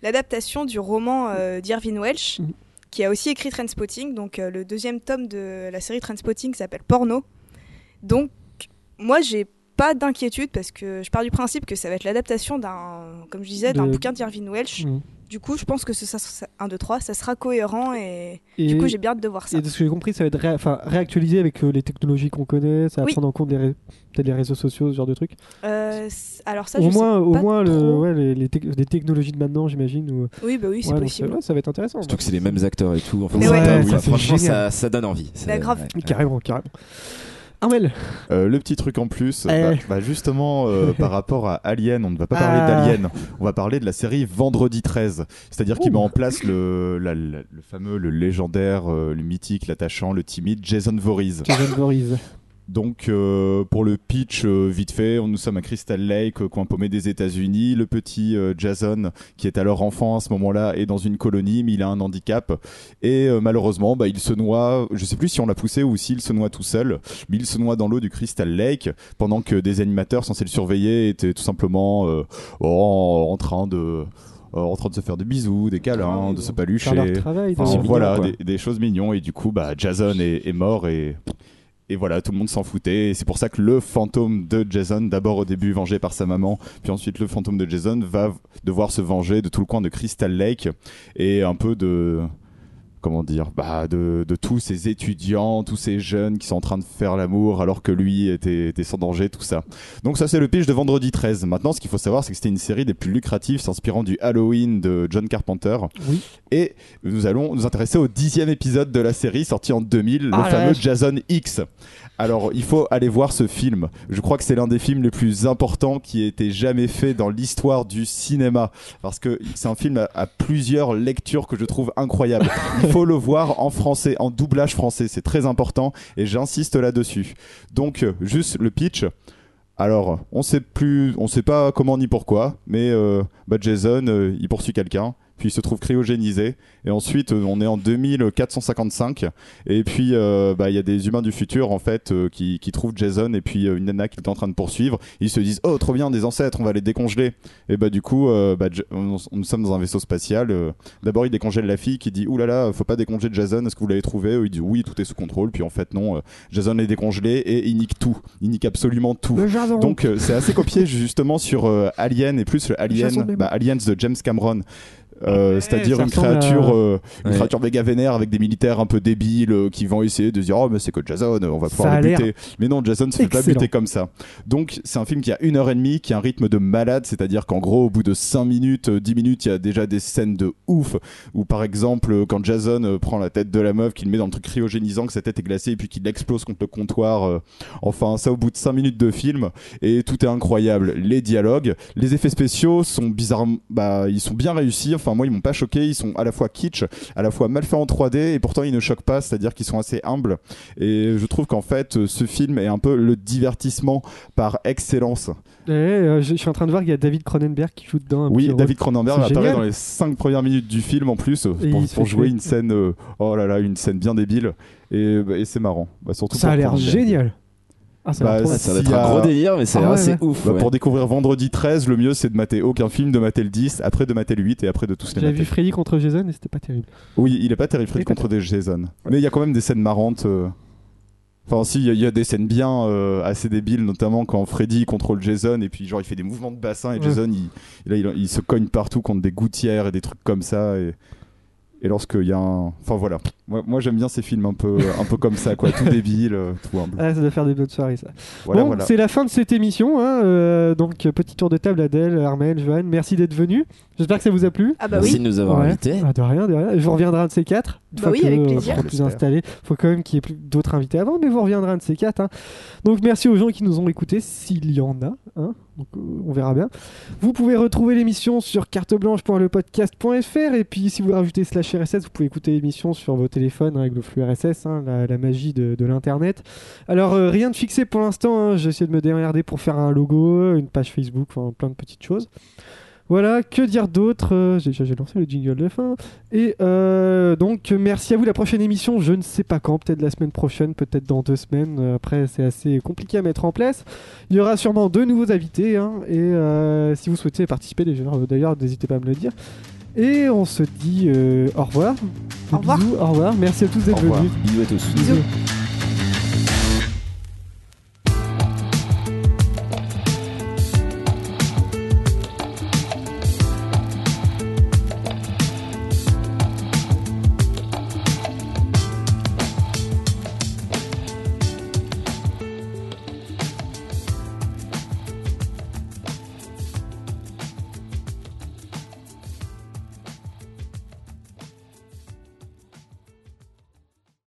B: L'adaptation du roman euh, d'Irvin Welsh,
A: Mhm.
B: qui a aussi écrit Trainspotting. Donc, euh, le deuxième tome de la série Trainspotting s'appelle Porno. Donc, moi, j'ai pas d'inquiétude parce que je pars du principe que ça va être l'adaptation d'un, comme je disais, d'un
A: De-
B: bouquin d'Irvin Welsh.
A: Mhm.
B: Du coup, je pense que ce 1, 2, 3, ça sera cohérent et
A: Et-
B: du coup, j'ai bien hâte de voir ça.
A: Et de ce que j'ai compris, ça va être ré- enfin, réactualisé avec euh, les technologies qu'on connaît, ça va
B: Oui.
A: prendre en compte les, ré- peut-être les réseaux sociaux, ce genre de trucs.
B: Euh, c- alors ça, je
A: au
B: sais
A: moins, au
B: pas
A: moins le,
B: trop.
A: ouais, les, les tec- les technologies de maintenant, j'imagine. Ou...
B: Oui, bah oui, c'est
A: Ouais, donc,
B: possible.
A: euh, ouais, ça va être intéressant.
D: Surtout que c'est les mêmes acteurs et tout. Enfin,
B: Mais
D: c'est
B: ouais.
D: pas-
A: Ouais,
D: oui,
A: ça, c'est
D: franchement,
A: génial.
D: ça, ça donne envie. C'est-
B: Bah, grave.
D: ouais.
A: Carrément, carrément. Armel
C: Euh, le petit truc en plus,
A: Eh.
C: bah, bah, justement euh, par rapport à Alien, on ne va pas parler
A: Ah.
C: d'Alien, on va parler de la série Vendredi 13, c'est-à-dire qu'il
A: Ouh.
C: met en place le, la- la- le fameux, le légendaire, euh, le mythique, l'attachant, le timide Jason Voorhees.
A: Jason Voorhees.
C: Donc, euh, pour le pitch, euh, vite fait, on- nous sommes à Crystal Lake, euh, coin paumé des États-Unis. Le petit euh, Jason, qui est alors enfant à ce moment-là, est dans une colonie, mais il a un handicap. Et euh, malheureusement, bah, il se noie, je sais plus si on l'a poussé ou s'il se noie tout seul, mais il se noie dans l'eau du Crystal Lake, pendant que des animateurs censés le surveiller étaient tout simplement euh, en, en train de. euh, en train de se faire des bisous, des câlins, de se palucher.
A: Faire leur travail.
D: Enfin,
A: de-
D: c'est
C: Enfin,
D: mignon,
C: voilà,
D: quoi.
C: des, des choses mignons. Et du coup, bah, Jason est, est mort et, et voilà, tout le monde s'en foutait. Et c'est pour ça que le fantôme de Jason, d'abord au début vengé par sa maman, puis ensuite le fantôme de Jason va v- devoir se venger de tout le coin de Crystal Lake et un peu de. Comment dire bah de, de tous ces étudiants, tous ces jeunes qui sont en train de faire l'amour alors que lui était, était sans danger, tout ça. Donc ça c'est le pitch de vendredi 13. Maintenant ce qu'il faut savoir c'est que c'était une série des plus lucratives s'inspirant du Halloween de John Carpenter.
A: Oui.
C: Et nous allons nous intéresser au dixième épisode de la série sorti en 2000, le
A: Ah la
C: fameux
A: vache.
C: Jason X. Alors, il faut aller voir ce film. Je crois que c'est l'un des films les plus importants qui a été jamais fait dans l'histoire du cinéma. Parce que c'est un film à, à plusieurs lectures que je trouve incroyable. Il faut le voir en français, en doublage français. C'est très important et j'insiste là-dessus. Donc, euh, juste le pitch. Alors, on sait plus, on sait pas comment ni pourquoi, mais euh, bah, Jason, euh, il poursuit quelqu'un, puis il se trouve cryogénisé, et ensuite euh, on est en 2455, et puis euh, bah, il y a des humains du futur en fait euh, qui, qui trouvent Jason et puis euh, une nana qui est en train de poursuivre, ils se disent oh trop bien des ancêtres, on va les décongeler, et bah du coup euh, bah, Ja- on- on- nous sommes dans un vaisseau spatial, euh, d'abord il décongèle la fille qui dit ouh là là faut pas décongeler Jason, est-ce que vous l'avez trouvé Il dit oui tout est sous contrôle, puis en fait non, euh, Jason est décongelé et il nique tout, il nique absolument tout.
A: Le Jason.
C: Donc euh, c'est assez copié justement sur euh, Alien et plus le
A: Jason
C: Alien,
A: Bateman.
C: bah, Aliens de James Cameron. Euh, C'est-à-dire
A: ça
C: une
A: ressemble à-
C: créature, euh, une
D: Ouais.
C: créature méga vénère avec des militaires un peu débiles euh, qui vont essayer de dire oh mais c'est que Jason, on va
A: Ça
C: pouvoir
A: a
C: le
A: l'air
C: buter. Mais non, Jason se fait pas
A: excellent.
C: buter comme ça. Donc c'est un film qui a une heure et demie, qui a un rythme de malade, c'est-à-dire qu'en gros au bout de 5 minutes, euh, 10 minutes, il y a déjà des scènes de ouf. Ou par exemple euh, quand Jason euh, prend la tête de la meuf, qu'il met dans le truc cryogénisant, que sa tête est glacée et puis qu'il l'explose contre le comptoir. euh, Enfin, ça au bout de 5 minutes de film et tout est incroyable. Les dialogues, les effets spéciaux sont bizarrement, bah, ils sont bien réussis. Enfin, moi, ils m'ont pas choqué. Ils sont à la fois kitsch, à la fois mal faits en 3D et pourtant ils ne choquent pas, c'est-à-dire qu'ils sont assez humbles. Et je trouve qu'en fait, euh, ce film est un peu le divertissement par excellence.
A: Eh, euh, je je suis en train de voir qu'il y a David Cronenberg qui joue dedans. un petit
C: Oui,
A: rôle.
C: David Cronenberg
A: C'est
C: apparaît
A: génial.
C: dans les 5 premières minutes du film en plus euh,
A: Et
C: pour,
A: il se
C: pour
A: fait
C: jouer
A: tuer.
C: une scène, euh, oh là là, une scène bien débile. Et, et c'est marrant. Bah, surtout
A: Ça
C: pour
A: a l'air
C: Cronenberg.
A: génial. Ah, ça a
C: Bah,
A: l'air trop
D: Ouais,
A: bien.
D: ça doit
C: S'il
D: être
C: y a-
D: un gros délire, mais c'est
A: Ah ouais,
D: assez
A: ouais.
D: ouf.
C: Bah,
D: ouais.
C: Pour découvrir vendredi 13, le mieux c'est de mater aucun film, de mater le 10, après de mater le 8 et après de tous les
A: J'avais
C: mater.
A: vu Freddy contre Jason et c'était pas terrible.
C: Oui, il est pas terrifié
A: Il est pas
C: contre des Jason. Mais il y a quand même des scènes marrantes. euh. Enfin, si, il y a- il y, a des scènes bien euh, assez débiles, notamment quand Freddy contrôle Jason et puis genre il fait des mouvements de bassin et
A: Ouais.
C: Jason il, il- là, il- il se cogne partout contre des gouttières et des trucs comme ça. Et, et lorsqu'il y a un. Enfin voilà. Moi, moi, j'aime bien ces films un peu, un peu comme ça, quoi. Tout débile, euh, tout humble.
A: Ah, ça doit faire des bonnes soirées ça.
C: Voilà,
A: bon,
C: voilà.
A: c'est la fin de cette émission. hein, euh, donc, euh, petit tour de table, Adèle, Armel, Johan. Merci d'être venu. J'espère que ça vous a plu.
B: Ah bah
D: Merci
B: oui.
D: de nous avoir
A: Ouais.
D: invités.
A: Ah, de rien, de rien. Je vous reviendrai un de ces quatre. Une
B: Bah
A: fois
B: oui,
A: que,
B: avec
A: euh,
B: plaisir.
A: on sera plus installé. Faut quand même qu'il y ait plus d'autres invités avant, mais vous reviendrez un de ces quatre. hein. Donc merci aux gens qui nous ont écoutés, s'il y en a. hein. Donc, euh, on verra bien. Vous pouvez retrouver l'émission sur carteblanche.lepodcast.fr et puis si vous rajoutez slash RSS, vous pouvez écouter l'émission sur vos téléphones hein, avec le flux RSS, hein, la, la magie de, de l'Internet. Alors euh, rien de fixé pour l'instant, hein, j'essaie de me démerder pour faire un logo, une page Facebook, enfin, plein de petites choses. Voilà, que dire d'autre Euh, J'ai j'ai lancé le jingle de fin. Et euh, donc, merci à vous. La prochaine émission, je ne sais pas quand, peut-être la semaine prochaine, peut-être dans deux semaines. Euh, Après, c'est assez compliqué à mettre en place. Il y aura sûrement deux nouveaux invités. hein, et euh, si vous souhaitez participer, déjà, euh, d'ailleurs, n'hésitez pas à me le dire. Et on se dit euh, au revoir. Des
B: Au revoir.
A: bisous, au revoir. Merci à tous
C: Au
A: d'être
C: revoir.
A: venus.
D: Bisous à tous.
B: Bisous.